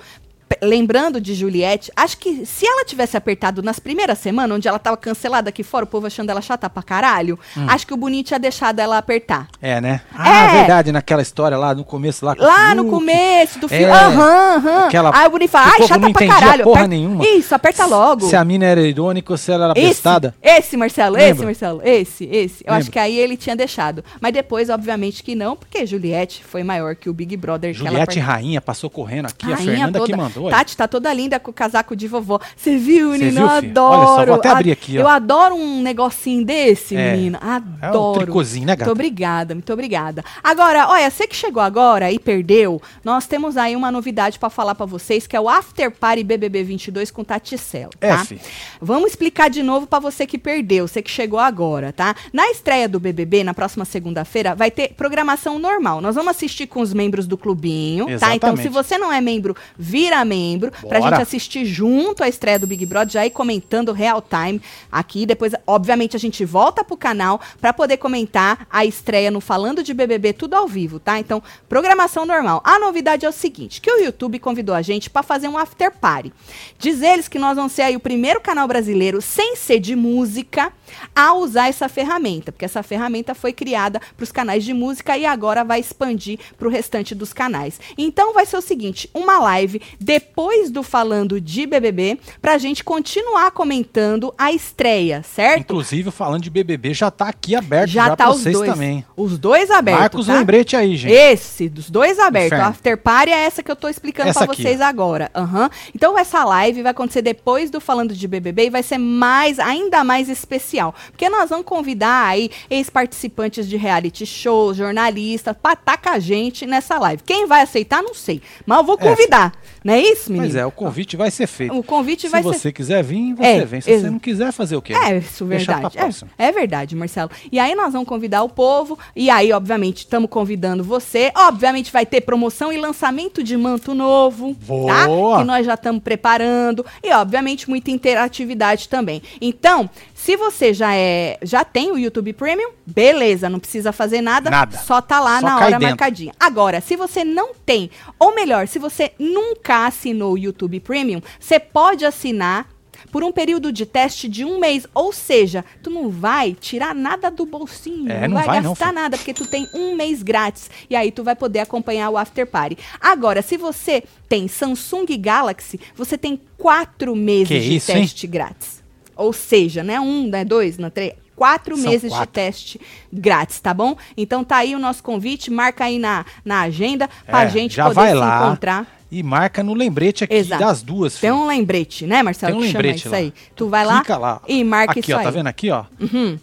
Speaker 2: p- Lembrando de Juliette, acho que se ela tivesse apertado nas primeiras semanas, onde ela tava cancelada aqui fora, o povo achando ela chata pra caralho,
Speaker 1: Hum.
Speaker 2: acho que o Bonito tinha deixado ela apertar.
Speaker 1: É, né? Ah,
Speaker 2: É.
Speaker 1: verdade, naquela história lá no começo lá Uh, com o
Speaker 2: Lá no
Speaker 1: Fiuk.
Speaker 2: começo do filme.
Speaker 1: É.
Speaker 2: Aham, aham.
Speaker 1: Aquela-
Speaker 2: Aí o Bonito fala,
Speaker 1: que o
Speaker 2: ai,
Speaker 1: povo
Speaker 2: chata
Speaker 1: não
Speaker 2: pra
Speaker 1: entendia
Speaker 2: caralho.
Speaker 1: porra
Speaker 2: Aperta-
Speaker 1: nenhuma.
Speaker 2: Isso, aperta logo.
Speaker 1: Se a mina era irônica ou se ela era
Speaker 2: Esse,
Speaker 1: bestada.
Speaker 2: esse, Marcelo, esse,
Speaker 1: Lembra?
Speaker 2: Marcelo, esse, esse. Eu acho
Speaker 1: Lembra?
Speaker 2: que aí ele tinha deixado. Mas depois, obviamente, que não, porque Juliette foi maior que o Big Brother
Speaker 1: Juliette
Speaker 2: que ela
Speaker 1: Rainha passou correndo aqui,
Speaker 2: participou.
Speaker 1: a Fernanda
Speaker 2: toda.
Speaker 1: que mandou. olha.
Speaker 2: Tati tá toda linda com o casaco de vovó. Você viu,
Speaker 1: Cê
Speaker 2: menino?
Speaker 1: viu,
Speaker 2: eu
Speaker 1: filho? Olha só,
Speaker 2: adoro.
Speaker 1: vou até
Speaker 2: A-
Speaker 1: abrir aqui, ó.
Speaker 2: Eu adoro um negocinho desse,
Speaker 1: É.
Speaker 2: menino.
Speaker 1: É um
Speaker 2: Adoro.
Speaker 1: tricôzinho, né,
Speaker 2: Muito
Speaker 1: gata?
Speaker 2: obrigada, muito obrigada. Agora, olha, você que chegou agora e perdeu, nós temos aí uma novidade pra falar pra vocês, que é o After Party BBB 22 com Tati Celo, tá?
Speaker 1: É, fi.
Speaker 2: Vamos explicar de novo pra você que perdeu, você que chegou agora, tá? Na estreia do BBB, na próxima segunda-feira, vai ter programação normal. Nós vamos assistir com os membros do clubinho, tá? Então,
Speaker 1: Exatamente.
Speaker 2: se você não é membro, vira membro pra
Speaker 1: Bora.
Speaker 2: gente assistir junto a estreia do Big Brother, já ir comentando real time aqui. Depois, obviamente, a gente volta pro canal pra poder comentar a estreia no Falando de BBB, tudo ao vivo, tá? Então, programação normal. A novidade é o seguinte, que o YouTube convidou a gente pra fazer um after party. Diz eles que nós vamos ser aí o primeiro canal brasileiro, sem ser de música, a usar essa ferramenta, porque essa ferramenta foi criada para os canais de música e agora vai expandir para o restante dos canais. Então vai ser o seguinte, uma live depois do falando de BBB para a gente continuar comentando a estreia, certo?
Speaker 1: Inclusive, falando de BBB, já tá aqui aberto já,
Speaker 2: Já
Speaker 1: pra
Speaker 2: tá os
Speaker 1: vocês
Speaker 2: dois,
Speaker 1: também.
Speaker 2: os dois abertos.
Speaker 1: Marcos,
Speaker 2: tá?
Speaker 1: lembrete aí, gente.
Speaker 2: Esse, dos dois abertos.
Speaker 1: Inferno.
Speaker 2: A after party é essa que eu tô explicando
Speaker 1: Essa
Speaker 2: pra
Speaker 1: aqui,
Speaker 2: vocês agora. Aham. Então essa live vai acontecer depois do Falando de BBB e vai ser mais, ainda mais especial. Porque nós vamos convidar aí ex-participantes de reality shows, jornalistas, pra estar com a gente nessa live. Quem vai aceitar, não sei. Mas eu vou
Speaker 1: É,
Speaker 2: convidar. Não é isso, menino?
Speaker 1: Mas é, o convite vai ser feito.
Speaker 2: O convite
Speaker 1: Se
Speaker 2: vai ser
Speaker 1: você quiser vir, você
Speaker 2: É,
Speaker 1: vem. Se
Speaker 2: ex-
Speaker 1: você não quiser, fazer o quê?
Speaker 2: é, isso é
Speaker 1: Deixa pra
Speaker 2: verdade.
Speaker 1: próxima.
Speaker 2: É, é verdade, Marcelo. E aí nós vamos convidar o povo. E aí, obviamente, estamos convidando você. Obviamente, vai ter promoção e lançamento de manto novo. Tá?
Speaker 1: Boa!
Speaker 2: Que nós já estamos preparando. E, obviamente, muita interatividade também. Então, se você já é, já tem o YouTube Premium, beleza, não precisa fazer nada.
Speaker 1: Nada.
Speaker 2: Só tá lá
Speaker 1: Só
Speaker 2: na
Speaker 1: cai
Speaker 2: hora
Speaker 1: dentro.
Speaker 2: marcadinha. Agora, se você não tem, ou melhor, se você nunca assinou o YouTube Premium, você pode assinar por um período de teste de um mês. Ou seja, tu não vai tirar nada do bolsinho,
Speaker 1: É, não vai não,
Speaker 2: gastar
Speaker 1: filho.
Speaker 2: nada, porque tu tem um mês grátis. E aí tu vai poder acompanhar o After Party. Agora, se você tem Samsung Galaxy, você tem quatro meses
Speaker 1: Que
Speaker 2: de
Speaker 1: isso, hein?
Speaker 2: teste grátis. Ou seja, né? Um, né? Dois, né? Três. Quatro
Speaker 1: São
Speaker 2: meses de
Speaker 1: quatro.
Speaker 2: teste grátis, tá bom? Então tá aí o nosso convite, marca aí na, na agenda pra
Speaker 1: É,
Speaker 2: gente
Speaker 1: já
Speaker 2: poder
Speaker 1: vai
Speaker 2: se
Speaker 1: lá.
Speaker 2: encontrar.
Speaker 1: E marca no lembrete aqui
Speaker 2: Exato.
Speaker 1: das duas.
Speaker 2: Tem
Speaker 1: filho.
Speaker 2: um lembrete, né, Marcelo?
Speaker 1: Tem um
Speaker 2: que chama
Speaker 1: lembrete
Speaker 2: isso
Speaker 1: lá.
Speaker 2: aí. Tu vai lá,
Speaker 1: Clica lá.
Speaker 2: e marca
Speaker 1: aqui,
Speaker 2: isso
Speaker 1: ó,
Speaker 2: aí. Uhum.
Speaker 1: tá vendo aqui, ó?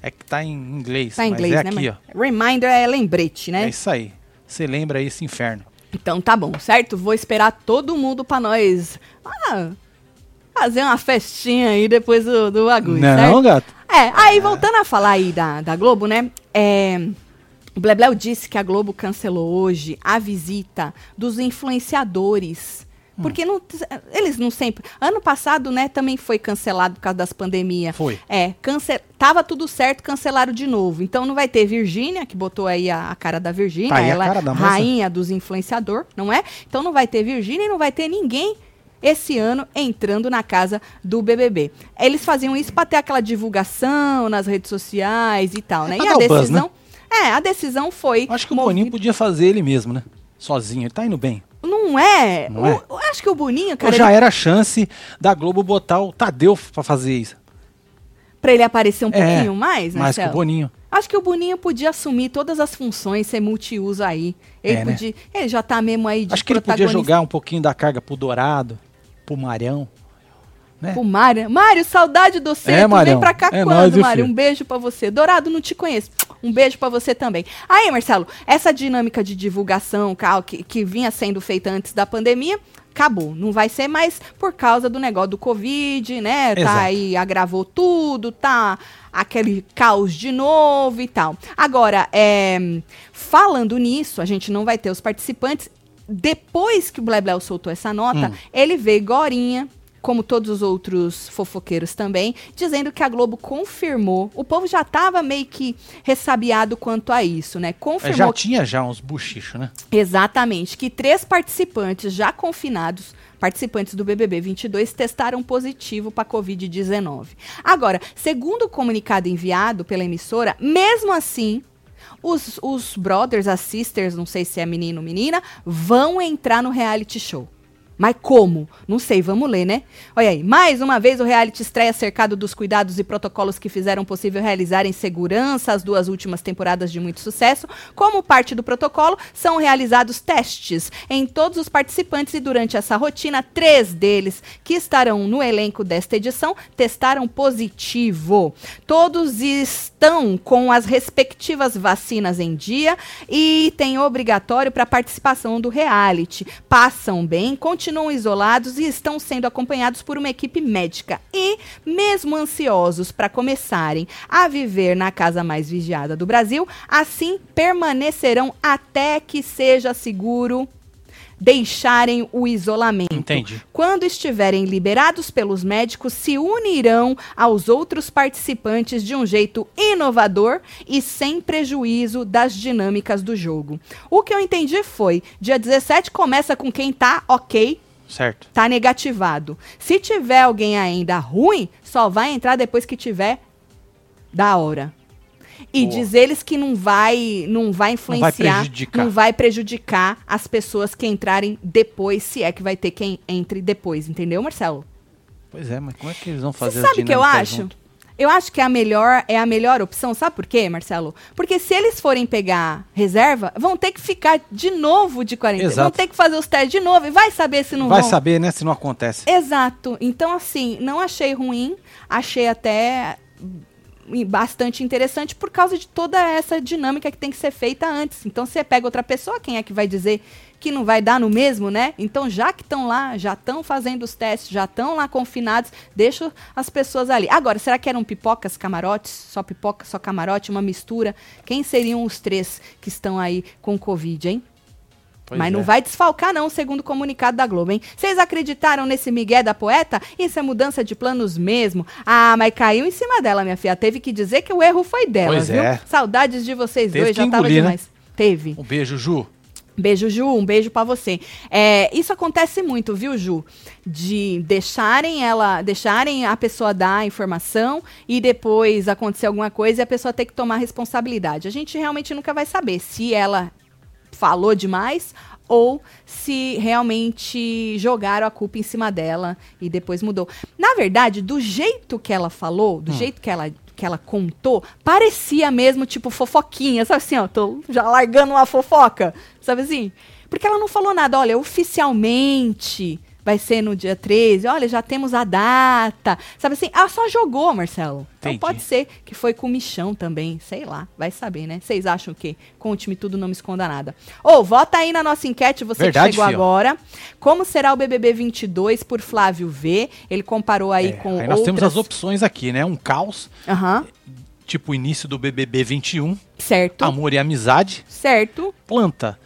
Speaker 1: É que tá em inglês,
Speaker 2: Tá em
Speaker 1: mas
Speaker 2: inglês,
Speaker 1: é
Speaker 2: né?
Speaker 1: aqui,
Speaker 2: Mar- Reminder é lembrete,
Speaker 1: ó. É
Speaker 2: né?
Speaker 1: isso aí. Você lembra esse inferno.
Speaker 2: então tá bom, certo? Vou esperar todo mundo pra nós ah, fazer uma festinha aí depois do, do bagulho, certo?
Speaker 1: não, gato?
Speaker 2: É, aí voltando a falar aí da, da Globo, né? É, O Blebleu disse que a Globo cancelou hoje a visita dos influenciadores.
Speaker 1: Hum.
Speaker 2: Porque não- eles não sempre. Ano passado, né, também foi cancelado por causa das pandemias.
Speaker 1: Foi.
Speaker 2: É, cance- tava tudo certo, cancelaram de novo. Então não vai ter Virgínia, que botou aí a, a cara da Virgínia,
Speaker 1: Tá aí a
Speaker 2: ela é
Speaker 1: cara da moça.
Speaker 2: rainha dos influenciador, não é? Então não vai ter Virgínia e não vai ter ninguém esse ano entrando na casa do BBB. Eles faziam isso para ter aquela divulgação nas redes sociais e tal, né?
Speaker 1: Pra
Speaker 2: E
Speaker 1: dar
Speaker 2: a
Speaker 1: o buzz,
Speaker 2: decisão É, a decisão foi
Speaker 1: Acho que o Boninho podia fazer ele mesmo, né? Sozinho, ele tá indo bem.
Speaker 2: não é.
Speaker 1: Não
Speaker 2: O-
Speaker 1: é?
Speaker 2: eu acho que o Boninho, cara,
Speaker 1: já era a chance da Globo botar o Tadeu pra fazer isso.
Speaker 2: Pra ele aparecer um
Speaker 1: É,
Speaker 2: pouquinho mais, né,
Speaker 1: mais que o
Speaker 2: Marcelo?
Speaker 1: Boninho.
Speaker 2: Acho que o Boninho podia assumir todas as funções, ser multiuso aí. Ele,
Speaker 1: É, né?
Speaker 2: podia- ele já tá mesmo aí de
Speaker 1: Acho que ele podia jogar um pouquinho da carga pro Dourado, pro Marão. né? É,
Speaker 2: O Mário. Mário, saudade do centro.
Speaker 1: Marião.
Speaker 2: Vem pra cá
Speaker 1: É nóis,
Speaker 2: quando,
Speaker 1: viu,
Speaker 2: Mário?
Speaker 1: filho?
Speaker 2: Um beijo pra você. Dourado, não te conheço. Um beijo pra você também. Aí, Marcelo, essa dinâmica de divulgação Cal, que, que vinha sendo feita antes da pandemia. Acabou, não vai ser mais por causa do negócio do Covid, né?
Speaker 1: Exato.
Speaker 2: Tá aí, agravou tudo, tá aquele caos de novo e tal. Agora, é, falando nisso, a gente não vai ter os participantes. Depois que o Blebleu soltou essa nota,
Speaker 1: Hum.
Speaker 2: ele veio gorinha, como todos os outros fofoqueiros também, dizendo que a Globo confirmou. O povo já estava meio que ressabiado quanto a isso, né?
Speaker 1: É, já
Speaker 2: Confirmou
Speaker 1: tinha já uns buchichos, né?
Speaker 2: Exatamente, que três participantes já confinados, participantes do BBB 22, testaram positivo para Covid-19. Agora, segundo o comunicado enviado pela emissora, mesmo assim, os, os brothers, as sisters, não sei se é menino ou menina, vão entrar no reality show. Mas como? Não sei, vamos ler, né? Olha aí, mais uma vez o reality estreia cercado dos cuidados e protocolos que fizeram possível realizar em segurança as duas últimas temporadas de muito sucesso. Como parte do protocolo, são realizados testes em todos os participantes e durante essa rotina, três deles que estarão no elenco desta edição testaram positivo. Todos estão com as respectivas vacinas em dia e tem obrigatório para participação do reality. Passam bem, continuam isolados e estão sendo acompanhados por uma equipe médica. E, mesmo ansiosos para começarem a viver na casa mais vigiada do Brasil, assim permanecerão até que seja seguro deixarem o isolamento.
Speaker 1: Entendi.
Speaker 2: Quando estiverem liberados pelos médicos, se unirão aos outros participantes de um jeito inovador e sem prejuízo das dinâmicas do jogo. O que eu entendi foi: dia 17 começa com quem tá ok,
Speaker 1: Certo.
Speaker 2: tá negativado. Se tiver alguém ainda ruim, só vai entrar depois que tiver da hora. E
Speaker 1: Boa.
Speaker 2: diz eles que não vai, não vai influenciar,
Speaker 1: prejudicar.
Speaker 2: não vai prejudicar as pessoas que entrarem depois, se é que vai ter quem entre depois, entendeu, Marcelo?
Speaker 1: Pois é, mas como é que eles vão fazer
Speaker 2: Você
Speaker 1: as
Speaker 2: sabe o que eu
Speaker 1: dinâmicas
Speaker 2: acho?
Speaker 1: junto?
Speaker 2: Eu acho que é a melhor é a melhor opção, sabe por quê, Marcelo? Porque se eles forem pegar reserva, vão ter que ficar de novo de quarentena, vão
Speaker 1: Exato.
Speaker 2: ter que fazer os testes de novo e vai saber se não
Speaker 1: Vai
Speaker 2: vão. É,
Speaker 1: saber, né, se não acontece.
Speaker 2: Exato. Então, assim, não achei ruim, achei até hum, bastante interessante por causa de toda essa dinâmica que tem que ser feita antes. Então, você pega outra pessoa, quem é que vai dizer que não vai dar no mesmo, né? Então, já que estão lá, já estão fazendo os testes, já estão lá confinados, deixa as pessoas ali. Agora, será que eram pipocas, camarotes? Só pipoca, só camarote, uma mistura? Quem seriam os três que estão aí com Covid, hein?
Speaker 1: Pois
Speaker 2: Mas
Speaker 1: é.
Speaker 2: não vai desfalcar, não, segundo o comunicado da Globo, hein? Vocês acreditaram nesse migué da poeta? Isso é mudança de planos mesmo. Ah, mas caiu em cima dela, minha filha. Teve que dizer que o erro foi dela,
Speaker 1: Pois
Speaker 2: viu?
Speaker 1: é.
Speaker 2: Saudades de vocês
Speaker 1: Teve
Speaker 2: dois,
Speaker 1: que
Speaker 2: já tava
Speaker 1: engolir, né?
Speaker 2: demais. Teve.
Speaker 1: Um beijo, Ju.
Speaker 2: Beijo, Ju. Um beijo pra você. É, isso acontece muito, viu, Ju? De deixarem ela, deixarem a pessoa dar a informação e depois acontecer alguma coisa e a pessoa ter que tomar responsabilidade. A gente realmente nunca vai saber se ela falou demais ou se realmente jogaram a culpa em cima dela e depois mudou. Na verdade, do jeito que ela falou, do jeito que ela que ela contou, parecia mesmo tipo fofoquinha, sabe assim, ó, tô já largando uma fofoca, sabe assim? Porque ela não falou nada, olha, oficialmente vai ser no dia 13, olha, já temos a data, sabe assim? Ela só jogou, Marcelo. Então
Speaker 1: Entendi.
Speaker 2: pode ser que foi com comichão também, sei lá, vai saber, né? Vocês acham o quê? Conte-me tudo, não me esconda nada. Ou vota aí na nossa enquete, você
Speaker 1: Verdade,
Speaker 2: que chegou
Speaker 1: fio.
Speaker 2: agora. Como será o BBB 22 por Flávio V? Ele comparou aí
Speaker 1: É,
Speaker 2: com
Speaker 1: aí nós temos
Speaker 2: outras-
Speaker 1: as opções aqui, né? Um caos,
Speaker 2: Aham.
Speaker 1: tipo o início do BBB 21,
Speaker 2: Certo.
Speaker 1: Amor e Amizade,
Speaker 2: Certo.
Speaker 1: Planta,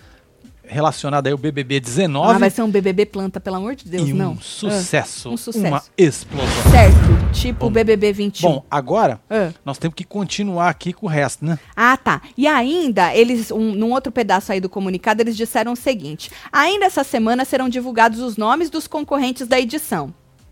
Speaker 1: relacionada aí ao BBB
Speaker 2: Ah,
Speaker 1: 19,
Speaker 2: vai ser um BBB planta, pelo amor de Deus,
Speaker 1: e um
Speaker 2: não.
Speaker 1: sucesso,
Speaker 2: Ah, um sucesso.
Speaker 1: uma explosão.
Speaker 2: Ah, Certo. Tipo o
Speaker 1: Bom.
Speaker 2: BBB 21.
Speaker 1: Bom, agora
Speaker 2: Ah.
Speaker 1: nós temos que continuar aqui com o resto, né?
Speaker 2: Ah, tá. E ainda, eles, um, num outro pedaço aí do comunicado, eles disseram o seguinte: ainda essa semana serão divulgados os nomes dos concorrentes da edição.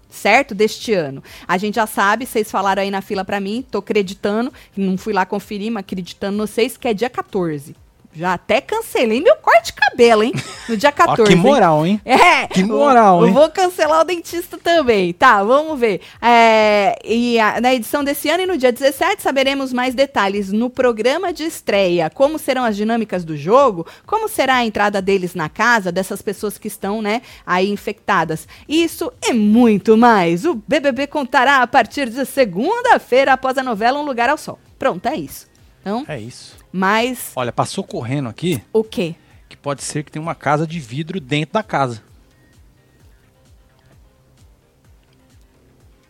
Speaker 2: Certo? Deste ano. A gente já sabe, vocês falaram aí na fila pra mim, tô acreditando, não fui lá conferir, mas acreditando nos vocês, que é dia 14. Já até cancelei meu corte de cabelo, hein? No dia
Speaker 1: *laughs* Ó,
Speaker 2: 14.
Speaker 1: que
Speaker 2: hein?
Speaker 1: moral, hein?
Speaker 2: É,
Speaker 1: Que
Speaker 2: eu-
Speaker 1: moral,
Speaker 2: eu,
Speaker 1: hein?
Speaker 2: vou cancelar o dentista também. Tá, vamos ver. É, e a- na edição desse ano e no dia 17 saberemos mais detalhes no programa de estreia, como serão as dinâmicas do jogo, como será a entrada deles na casa, dessas pessoas que estão, né, aí infectadas. Isso e muito mais. O BBB contará a partir de segunda-feira após a novela Um Lugar ao Sol. Pronto, é isso. Então,
Speaker 1: É isso.
Speaker 2: mas
Speaker 1: Olha, passou correndo aqui
Speaker 2: o quê?
Speaker 1: que pode ser que tenha uma casa de vidro dentro da casa.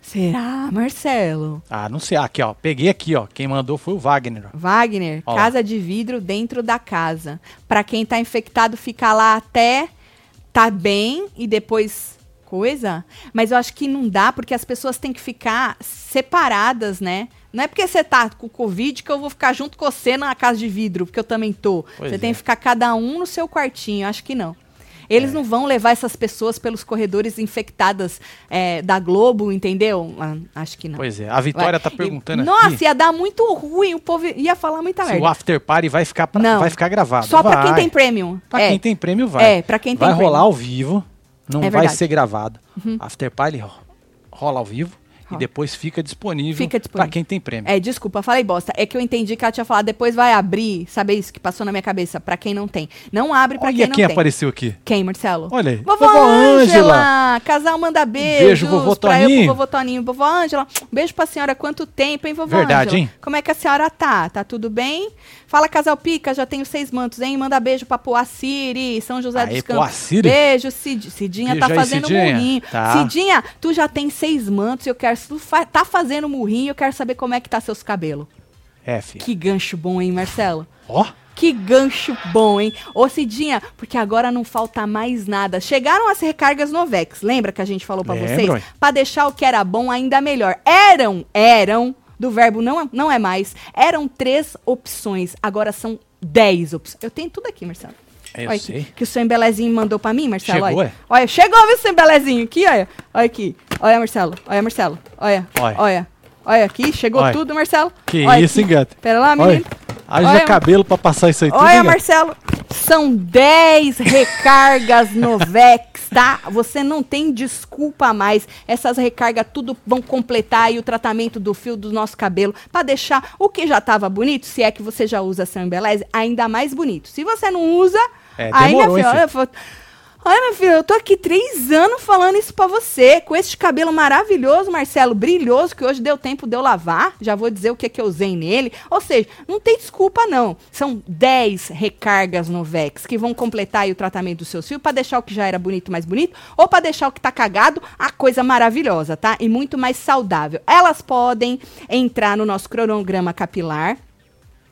Speaker 2: Será, Marcelo?
Speaker 1: Ah, não sei. Ah, aqui, ó. Peguei aqui, ó. Quem mandou foi o Wagner. ó.
Speaker 2: Wagner,
Speaker 1: Ó lá.
Speaker 2: casa de vidro dentro da casa. Pra quem tá infectado ficar lá até tá bem e depois coisa. Mas eu acho que não dá porque as pessoas têm que ficar separadas, né? Não é porque você tá com Covid que eu vou ficar junto com você na casa de vidro, porque eu também tô.
Speaker 1: Pois
Speaker 2: você
Speaker 1: é. É.
Speaker 2: tem que ficar cada um no seu quartinho. Eu acho que não. Eles não vão levar essas pessoas pelos corredores infectadas é, da Globo, entendeu? Ah, acho que não.
Speaker 1: Pois é. A
Speaker 2: Vai.
Speaker 1: Vitória tá
Speaker 2: E-
Speaker 1: perguntando aqui
Speaker 2: Nossa, ia dar muito ruim, o povo ia falar muita
Speaker 1: se o
Speaker 2: merda.
Speaker 1: After Party vai ficar, pra-
Speaker 2: Não.
Speaker 1: vai ficar gravado.
Speaker 2: Só pra quem
Speaker 1: Vai.
Speaker 2: tem premium.
Speaker 1: Pra
Speaker 2: é.
Speaker 1: quem tem prêmio, vai.
Speaker 2: É, pra quem tem
Speaker 1: Vai
Speaker 2: prêmio.
Speaker 1: rolar ao vivo. Não
Speaker 2: É
Speaker 1: vai
Speaker 2: verdade. Uhum.
Speaker 1: ser gravado. After Party ro- rola ao vivo. E
Speaker 2: Rola.
Speaker 1: depois fica disponível,
Speaker 2: Fica disponível.
Speaker 1: pra quem tem prêmio.
Speaker 2: É, desculpa, falei bosta. É que eu entendi que ela tinha falado, depois vai abrir, sabe isso que passou na minha cabeça, pra quem não tem. Não abre pra
Speaker 1: Olha
Speaker 2: quem
Speaker 1: quem,
Speaker 2: não tem.
Speaker 1: apareceu aqui.
Speaker 2: Quem, Marcelo?
Speaker 1: Olha aí.
Speaker 2: Vovó
Speaker 1: Vovó Ângela.
Speaker 2: Ângela! Casal manda beijos.
Speaker 1: beijo, vovô
Speaker 2: pra eu, pro
Speaker 1: Toninho.
Speaker 2: vovô Toninho. Vovó Ângela, beijo pra senhora. Quanto tempo, hein, vovó
Speaker 1: Verdade,
Speaker 2: Ângela?
Speaker 1: hein?
Speaker 2: Como é que a senhora tá? Tá tudo bem? Fala, casal Pica, já tenho seis mantos, hein? Manda beijo pra Poaciri, São José
Speaker 1: Aê,
Speaker 2: dos Campos.
Speaker 1: Poaciri.
Speaker 2: Beijo, Cid... Cidinha
Speaker 1: Beijo
Speaker 2: tá
Speaker 1: aí,
Speaker 2: fazendo
Speaker 1: Cidinha.
Speaker 2: murrinho.
Speaker 1: Tá.
Speaker 2: Cidinha, tu já tem seis mantos, eu quero... Tu fa- tá fazendo murrinho, eu quero saber como é que tá seus cabelos.
Speaker 1: É, filho.
Speaker 2: Que gancho bom, hein, Marcelo?
Speaker 1: Ó,
Speaker 2: Que gancho bom, hein? Ô, Cidinha, porque agora não falta mais nada. Chegaram as recargas Novex, lembra que a gente falou pra
Speaker 1: Lembro,
Speaker 2: vocês?
Speaker 1: ué.
Speaker 2: Pra deixar o que era bom ainda melhor. Eram, eram, do verbo não, é- não é mais, eram três opções, agora são dez opções. Eu tenho tudo aqui, Marcelo.
Speaker 1: eu
Speaker 2: olha
Speaker 1: sei.
Speaker 2: Aqui, que o seu embelezinho mandou pra mim, Marcelo.
Speaker 1: Chegou,
Speaker 2: olha.
Speaker 1: é?
Speaker 2: olha, chegou, viu, seu embelezinho aqui, olha. Olha aqui. Olha, Marcelo. Olha, Marcelo. Olha, olha.
Speaker 1: Olha.
Speaker 2: Olha, aqui, chegou
Speaker 1: Olha.
Speaker 2: tudo, Marcelo.
Speaker 1: Que
Speaker 2: Olha
Speaker 1: isso, hein,
Speaker 2: aqui.
Speaker 1: gato?
Speaker 2: Pera lá,
Speaker 1: Olha,
Speaker 2: menino.
Speaker 1: haja
Speaker 2: Olha.
Speaker 1: cabelo pra passar isso aí tudo, hein,
Speaker 2: Olha,
Speaker 1: gato?
Speaker 2: Marcelo, são 10 recargas Novex, tá? Você não tem desculpa mais. Essas recargas tudo vão completar aí o tratamento do fio do nosso cabelo pra deixar o que já tava bonito, se é que você já usa Sun Embeleze, ainda mais bonito. Se você não usa,
Speaker 1: É,
Speaker 2: aí minha
Speaker 1: demorou, hein,
Speaker 2: filha, olha, fo- olha, minha filha, eu tô aqui três anos falando isso pra você, com esse cabelo maravilhoso, Marcelo, brilhoso, que hoje deu tempo de eu lavar, já vou dizer o que, que eu usei nele. Ou seja, não tem desculpa, não. São 10 recargas Novex que vão completar aí o tratamento dos seus fios pra deixar o que já era bonito mais bonito, ou pra deixar o que tá cagado a coisa maravilhosa, tá? E muito mais saudável. Elas podem entrar no nosso cronograma capilar,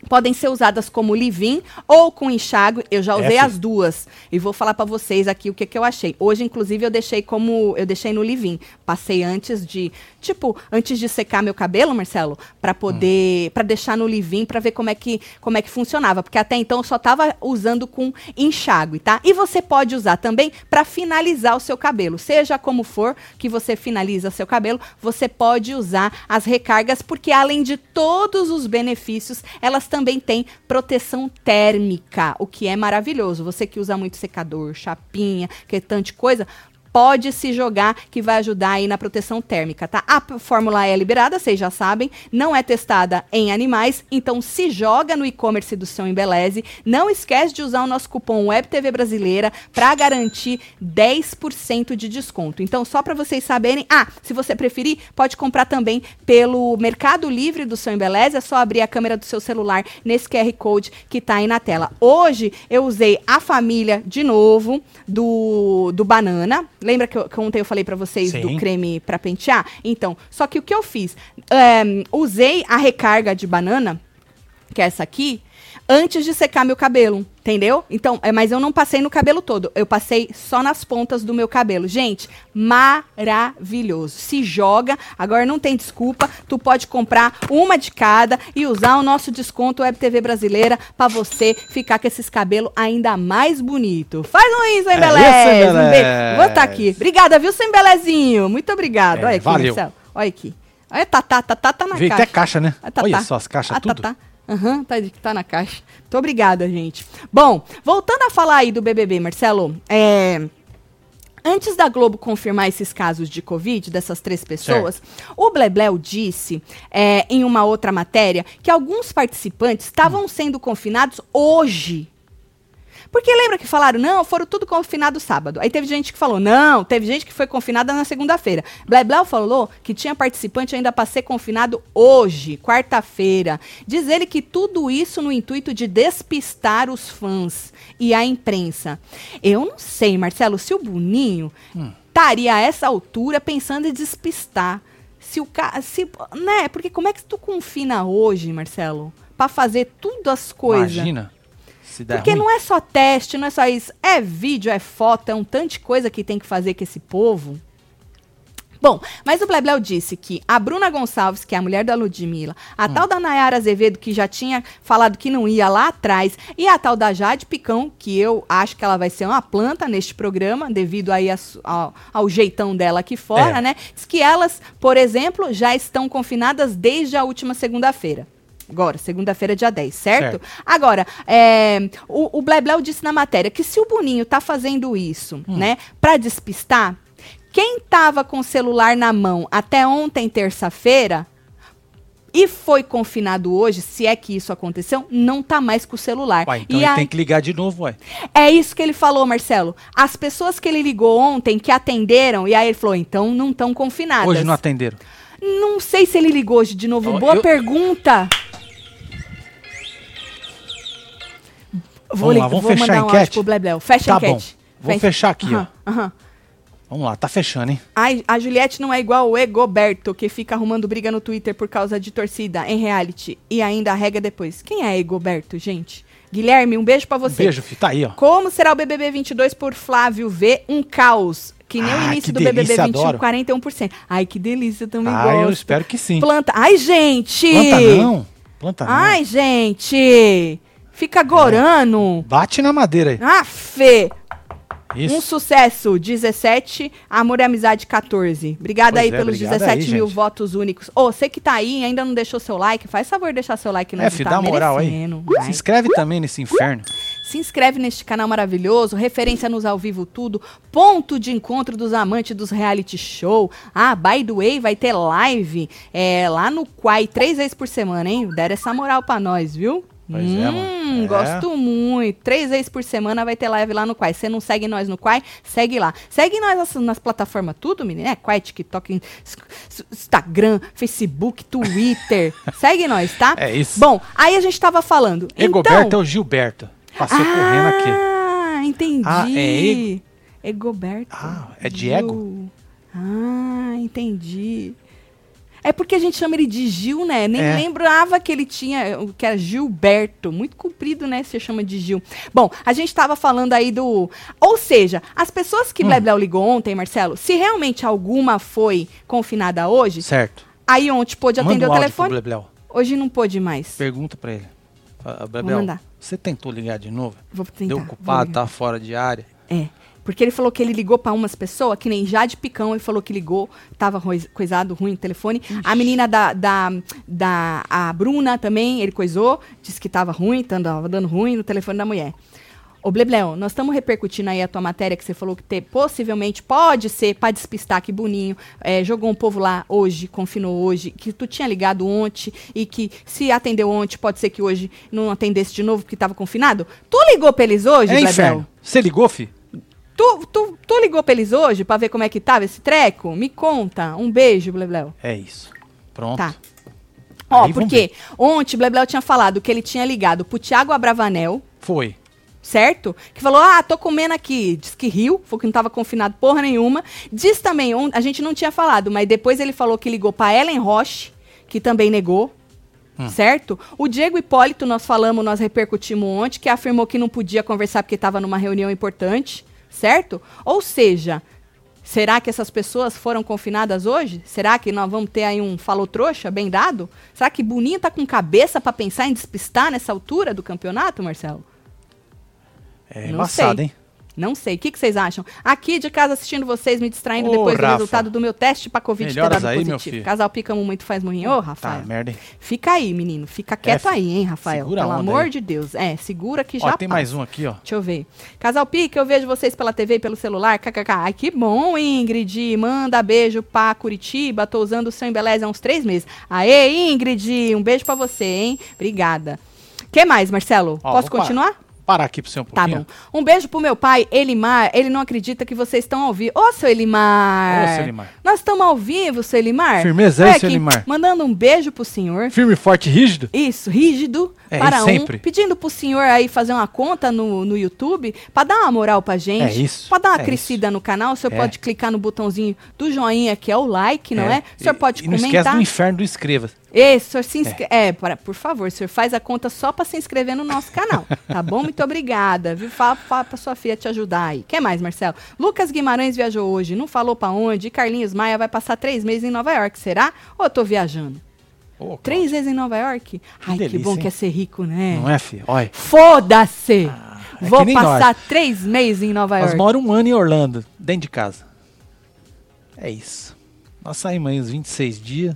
Speaker 2: podem ser usadas como leave-in ou com enxágue. Eu já usei
Speaker 1: Essa.
Speaker 2: as duas e vou falar pra vocês aqui o que, que eu achei. Hoje, inclusive, eu deixei como eu deixei no leave-in. Passei antes de, tipo, antes de secar meu cabelo, Marcelo, pra poder, pra deixar no leave-in para ver como é que como é que funcionava, porque até então eu só tava usando com enxágue, tá? E você pode usar também pra finalizar o seu cabelo, seja como for que você finaliza seu cabelo, você pode usar as recargas porque além de todos os benefícios, elas também têm proteção térmica, o que é maravilhoso. Você que usa muito secador, chapinha, que é tanta coisa, pode se jogar que vai ajudar aí na proteção térmica, tá? A p- fórmula é liberada, vocês já sabem, não é testada em animais, então se joga no e-commerce do seu Embeleze. Não esquece de usar o nosso cupom WebTV Brasileira para garantir 10% de desconto. Então só para vocês saberem, ah, se você preferir, pode comprar também pelo Mercado Livre do seu Embeleze, é só abrir a câmera do seu celular nesse QR Code que tá aí na tela. Hoje eu usei a família de novo do, do Banana, Lembra que, eu, que ontem eu falei pra vocês do
Speaker 1: Sim.
Speaker 2: creme pra pentear? Então, só que o que eu fiz? Ahn, usei a recarga de banana, que é essa aqui, antes de secar meu cabelo, entendeu? Então, é, mas eu não passei no cabelo todo, eu passei só nas pontas do meu cabelo. Gente, maravilhoso. Se joga, agora não tem desculpa, tu pode comprar uma de cada e usar o nosso desconto Web TV Brasileira pra você ficar com esses cabelos ainda mais bonito. Faz um isso, hein,
Speaker 1: É
Speaker 2: Beleza?
Speaker 1: isso, hein,
Speaker 2: Um beijo.
Speaker 1: Belés?
Speaker 2: Vou estar aqui. Obrigada, viu, sem Belezinho? Muito obrigado.
Speaker 1: É,
Speaker 2: Olha aqui,
Speaker 1: valeu.
Speaker 2: Marcelo. Olha aqui. Olha, tá, tá, tá, tá, tá na
Speaker 1: Veio
Speaker 2: caixa.
Speaker 1: até caixa, né?
Speaker 2: Ah, tá,
Speaker 1: Olha
Speaker 2: tá.
Speaker 1: só as caixas,
Speaker 2: Ah,
Speaker 1: tudo.
Speaker 2: Tá, tá. Aham, tá, de- tá na caixa. Muito obrigada, gente. Bom, voltando a falar aí do BBB, Marcelo, é, Antes da Globo confirmar esses casos de Covid, dessas três pessoas, o Blebleu disse é, em uma outra matéria que alguns participantes estavam sendo confinados hoje. Porque lembra que falaram, não, foram tudo confinados sábado. Aí teve gente que falou, não, teve gente que foi confinada na segunda-feira. Bleblau falou que tinha participante ainda para ser confinado hoje, quarta-feira. Diz ele que tudo isso no intuito de despistar os fãs e a imprensa. Eu não sei, Marcelo, se o Boninho estaria a essa altura pensando em despistar. Se o ca... se, né? Porque como é que tu confina hoje, Marcelo? Pra fazer tudo as coisas.
Speaker 1: Imagina. Se der
Speaker 2: Porque
Speaker 1: ruim.
Speaker 2: não é só teste, não é só isso. É vídeo, é foto, é um tanto de coisa que tem que fazer com esse povo. Bom, mas o Blebleu disse que a Bruna Gonçalves, que é a mulher da Ludmilla,
Speaker 1: Hum.
Speaker 2: a tal da Nayara Azevedo, que já tinha falado que não ia lá atrás, e a tal da Jade Picão, que eu acho que ela vai ser uma planta neste programa, devido aí a su- ao, ao jeitão dela aqui fora,
Speaker 1: É.
Speaker 2: né? Diz que elas, por exemplo, já estão confinadas desde a última segunda-feira. Agora, segunda-feira, dia 10, certo?
Speaker 1: Certo.
Speaker 2: Agora, é, o, o Blebleu disse na matéria que se o Boninho tá fazendo isso,
Speaker 1: Hum.
Speaker 2: né, pra despistar, quem tava com o celular na mão até ontem, terça-feira, e foi confinado hoje, se é que isso aconteceu, não tá mais com o celular.
Speaker 1: Uai, então
Speaker 2: e
Speaker 1: ele
Speaker 2: aí-
Speaker 1: tem que ligar de novo, ué.
Speaker 2: é isso que ele falou, Marcelo. As pessoas que ele ligou ontem, que atenderam, e aí ele falou, então não estão confinadas.
Speaker 1: Hoje não atenderam.
Speaker 2: Não sei se ele ligou hoje de novo.
Speaker 1: Ó,
Speaker 2: Boa
Speaker 1: eu-
Speaker 2: pergunta. Vou,
Speaker 1: Vamos
Speaker 2: li-
Speaker 1: lá, vamos
Speaker 2: vou
Speaker 1: fechar
Speaker 2: mandar
Speaker 1: a
Speaker 2: um
Speaker 1: enquete?
Speaker 2: áudio pro Blebleu. Fecha a
Speaker 1: Tá
Speaker 2: enquete.
Speaker 1: bom. Vou fechar aqui, ó.
Speaker 2: Aham, aham.
Speaker 1: Vamos lá, tá fechando, hein?
Speaker 2: Ai, a Juliette não é igual o Egoberto, que fica arrumando briga no Twitter por causa de torcida em reality e ainda rega depois. Quem é Egoberto, gente? Guilherme, um beijo pra
Speaker 1: Um
Speaker 2: você.
Speaker 1: beijo, fi. Tá aí, ó.
Speaker 2: Como será o BBB 22 por Flávio V? Um caos. Que nem o
Speaker 1: Ah,
Speaker 2: início
Speaker 1: que
Speaker 2: do BBB
Speaker 1: delícia,
Speaker 2: 21,
Speaker 1: adoro.
Speaker 2: 41%. Ai, que delícia, eu também
Speaker 1: Ah,
Speaker 2: gosto.
Speaker 1: eu espero que sim.
Speaker 2: Planta. Ai, gente!
Speaker 1: Planta não. Planta não.
Speaker 2: Ai, gente! Fica gorando.
Speaker 1: Bate na madeira aí.
Speaker 2: Ah, Fê! Um
Speaker 1: É. Isso.
Speaker 2: sucesso, 17. Amor e amizade, 14. Obrigada
Speaker 1: Pois
Speaker 2: aí
Speaker 1: é,
Speaker 2: pelos
Speaker 1: obrigado
Speaker 2: 17
Speaker 1: aí,
Speaker 2: mil
Speaker 1: gente.
Speaker 2: votos únicos. Ô, você que tá aí e ainda não deixou seu like, faz favor de deixar seu like. Nós
Speaker 1: É,
Speaker 2: não
Speaker 1: fi,
Speaker 2: tá
Speaker 1: dá moral aí.
Speaker 2: merecendo,
Speaker 1: Se
Speaker 2: vai.
Speaker 1: inscreve também nesse inferno.
Speaker 2: Se inscreve neste canal maravilhoso, referência nos ao vivo tudo, ponto de encontro dos amantes dos reality show. Ah, by the way, vai ter live é, lá no Quai três vezes por semana, hein? Deram essa moral pra nós, viu?
Speaker 1: Pois é, mano.
Speaker 2: Hum,
Speaker 1: É.
Speaker 2: gosto muito. Três vezes por semana vai ter live lá no Quai. Você não segue nós no Quai? Segue lá. Segue nós nas, nas plataformas tudo, menino. É Quai, TikTok, in- s- s- Instagram, Facebook,
Speaker 1: *laughs*
Speaker 2: Twitter. segue nós, tá?
Speaker 1: É isso.
Speaker 2: Bom, aí a gente tava falando.
Speaker 1: Egoberto
Speaker 2: então,
Speaker 1: é o Gilberto. Passou correndo Tá aqui.
Speaker 2: ah, entendi.
Speaker 1: Ah, é Ego-
Speaker 2: Egoberto.
Speaker 1: Ah, é Diego?
Speaker 2: Gil. Ah, entendi. É porque a gente chama ele de Gil, né? Nem
Speaker 1: É.
Speaker 2: lembrava que ele tinha, o que era Gilberto. Muito comprido, né? Se chama de Gil. Bom, a gente estava falando aí do. Ou seja, as pessoas
Speaker 1: Hum.
Speaker 2: que Blebleu ligou ontem, Marcelo, se realmente alguma foi confinada hoje,
Speaker 1: Certo.
Speaker 2: aí ontem pôde atender
Speaker 1: Manda um
Speaker 2: o
Speaker 1: áudio pro
Speaker 2: telefone.
Speaker 1: Blebleu.
Speaker 2: Hoje não pôde mais.
Speaker 1: Pergunta pra ele. Ah, ah, Blebleu,
Speaker 2: mandar.
Speaker 1: você tentou ligar de novo?
Speaker 2: Vou tentar.
Speaker 1: Deu
Speaker 2: vou
Speaker 1: ocupado,
Speaker 2: ligar.
Speaker 1: tá fora de área.
Speaker 2: É. Porque ele falou que ele ligou pra umas pessoas, que nem Jade Picão, ele falou que ligou, tava roi- coisado ruim o telefone. A menina da, da, da a Bruna também, ele coisou, disse que tava ruim, tava dando ruim no telefone da mulher. Ô, Blebleu, nós estamos repercutindo aí a tua matéria que você falou que te, possivelmente pode ser pra despistar que Boninho é, jogou um povo lá hoje, confinou hoje, que tu tinha ligado ontem e que se atendeu ontem, pode ser que hoje não atendesse de novo porque tava confinado. Tu ligou pra eles hoje,
Speaker 1: é
Speaker 2: Blebleu?
Speaker 1: inferno. Você ligou, fi?
Speaker 2: Tu, tu, tu ligou pra eles hoje pra ver como é que tava esse treco? Me conta. Um beijo, Blebleu.
Speaker 1: É isso. Pronto.
Speaker 2: Tá. Ó,
Speaker 1: Aí vamos
Speaker 2: porque ontem o Blebleu tinha falado que ele tinha ligado pro Thiago Abravanel,
Speaker 1: Foi.
Speaker 2: certo? Que falou: ah, tô comendo aqui. Diz que riu, falou que não tava confinado porra nenhuma. Diz também, um- a gente não tinha falado, mas depois ele falou que ligou pra Ellen Roche, que também negou. Certo? O Diego Hipólito, nós falamos, nós repercutimos ontem, que afirmou que não podia conversar porque estava numa reunião importante, certo? Ou seja, será que essas pessoas foram confinadas hoje? Será que nós vamos ter aí um falou trouxa bem dado? Será que Boninho tá com cabeça para pensar em despistar nessa altura do campeonato, Marcelo?
Speaker 1: É
Speaker 2: Não
Speaker 1: embaçado,
Speaker 2: sei.
Speaker 1: hein?
Speaker 2: Não sei. O que, que vocês acham? Aqui de casa assistindo vocês, me distraindo
Speaker 1: Ô,
Speaker 2: depois do
Speaker 1: Rafa.
Speaker 2: resultado do meu teste pra Covid ter
Speaker 1: Melhoras
Speaker 2: dado
Speaker 1: aí, meu
Speaker 2: positivo.
Speaker 1: filho?
Speaker 2: Casal pica um muito faz moinho. Ô,
Speaker 1: Tá,
Speaker 2: Rafael.
Speaker 1: merda, hein?
Speaker 2: Fica aí, menino. Fica quieto
Speaker 1: fi-
Speaker 2: aí, hein, Rafael.
Speaker 1: segura a
Speaker 2: Pelo
Speaker 1: onda
Speaker 2: amor
Speaker 1: aí.
Speaker 2: de Deus. É, segura que já
Speaker 1: Ó, tem
Speaker 2: passa.
Speaker 1: mais um aqui, ó.
Speaker 2: Deixa eu ver. Casal Pique, eu vejo vocês pela TV e pelo celular. KKK. Ai, que bom, Ingrid. Manda beijo pra Curitiba. Tô usando o seu Embeleze há uns três meses. Aê, Ingrid. Um beijo pra você, hein? Obrigada. que mais, Marcelo?
Speaker 1: Ó,
Speaker 2: Posso
Speaker 1: vou parar-
Speaker 2: continuar?
Speaker 1: Parar aqui pra você um
Speaker 2: Tá
Speaker 1: pouquinho.
Speaker 2: bom. Um beijo pro meu pai, Elimar. Ele não acredita que vocês estão ao vivo. Ô, seu Elimar!
Speaker 1: Ô, seu Elimar.
Speaker 2: Nós estamos ao vivo, seu Elimar.
Speaker 1: Firmeza aí,
Speaker 2: Olha
Speaker 1: seu
Speaker 2: aqui,
Speaker 1: Elimar.
Speaker 2: Mandando um beijo pro senhor.
Speaker 1: Firme, forte e rígido?
Speaker 2: Isso, rígido
Speaker 1: É,
Speaker 2: para
Speaker 1: e
Speaker 2: um.
Speaker 1: sempre.
Speaker 2: Pedindo pro senhor aí fazer uma conta no, no YouTube pra dar uma moral pra gente.
Speaker 1: É isso,
Speaker 2: Pra dar uma
Speaker 1: é
Speaker 2: crescida no canal. O senhor
Speaker 1: É.
Speaker 2: pode clicar no botãozinho do joinha, que é o like, não é? O senhor
Speaker 1: E-
Speaker 2: pode
Speaker 1: e Não esquece
Speaker 2: comentar.
Speaker 1: do inferno do inscreva.
Speaker 2: Ei, senhor, se inscreve. É, para- por favor, senhor, faz a conta só para se inscrever no nosso canal. Tá bom? Muito obrigada. Viu? Fala, fala pra sua filha te ajudar aí. Quer mais, Marcelo? Lucas Guimarães viajou hoje, não falou pra onde. E Carlinhos Maia vai passar três meses em Nova York, será? Ou eu tô viajando?
Speaker 1: Ô,
Speaker 2: Três meses em Nova York? Ai, que
Speaker 1: delícia,
Speaker 2: bom
Speaker 1: hein?
Speaker 2: que é ser rico, né?
Speaker 1: Não é, fi? Olha.
Speaker 2: Foda-se!
Speaker 1: é
Speaker 2: Vou
Speaker 1: que nem
Speaker 2: passar três meses em Nova
Speaker 1: Nós
Speaker 2: York.
Speaker 1: moramos um ano em Orlando, dentro de casa. É isso. Nós saímos aí uns 26 dias.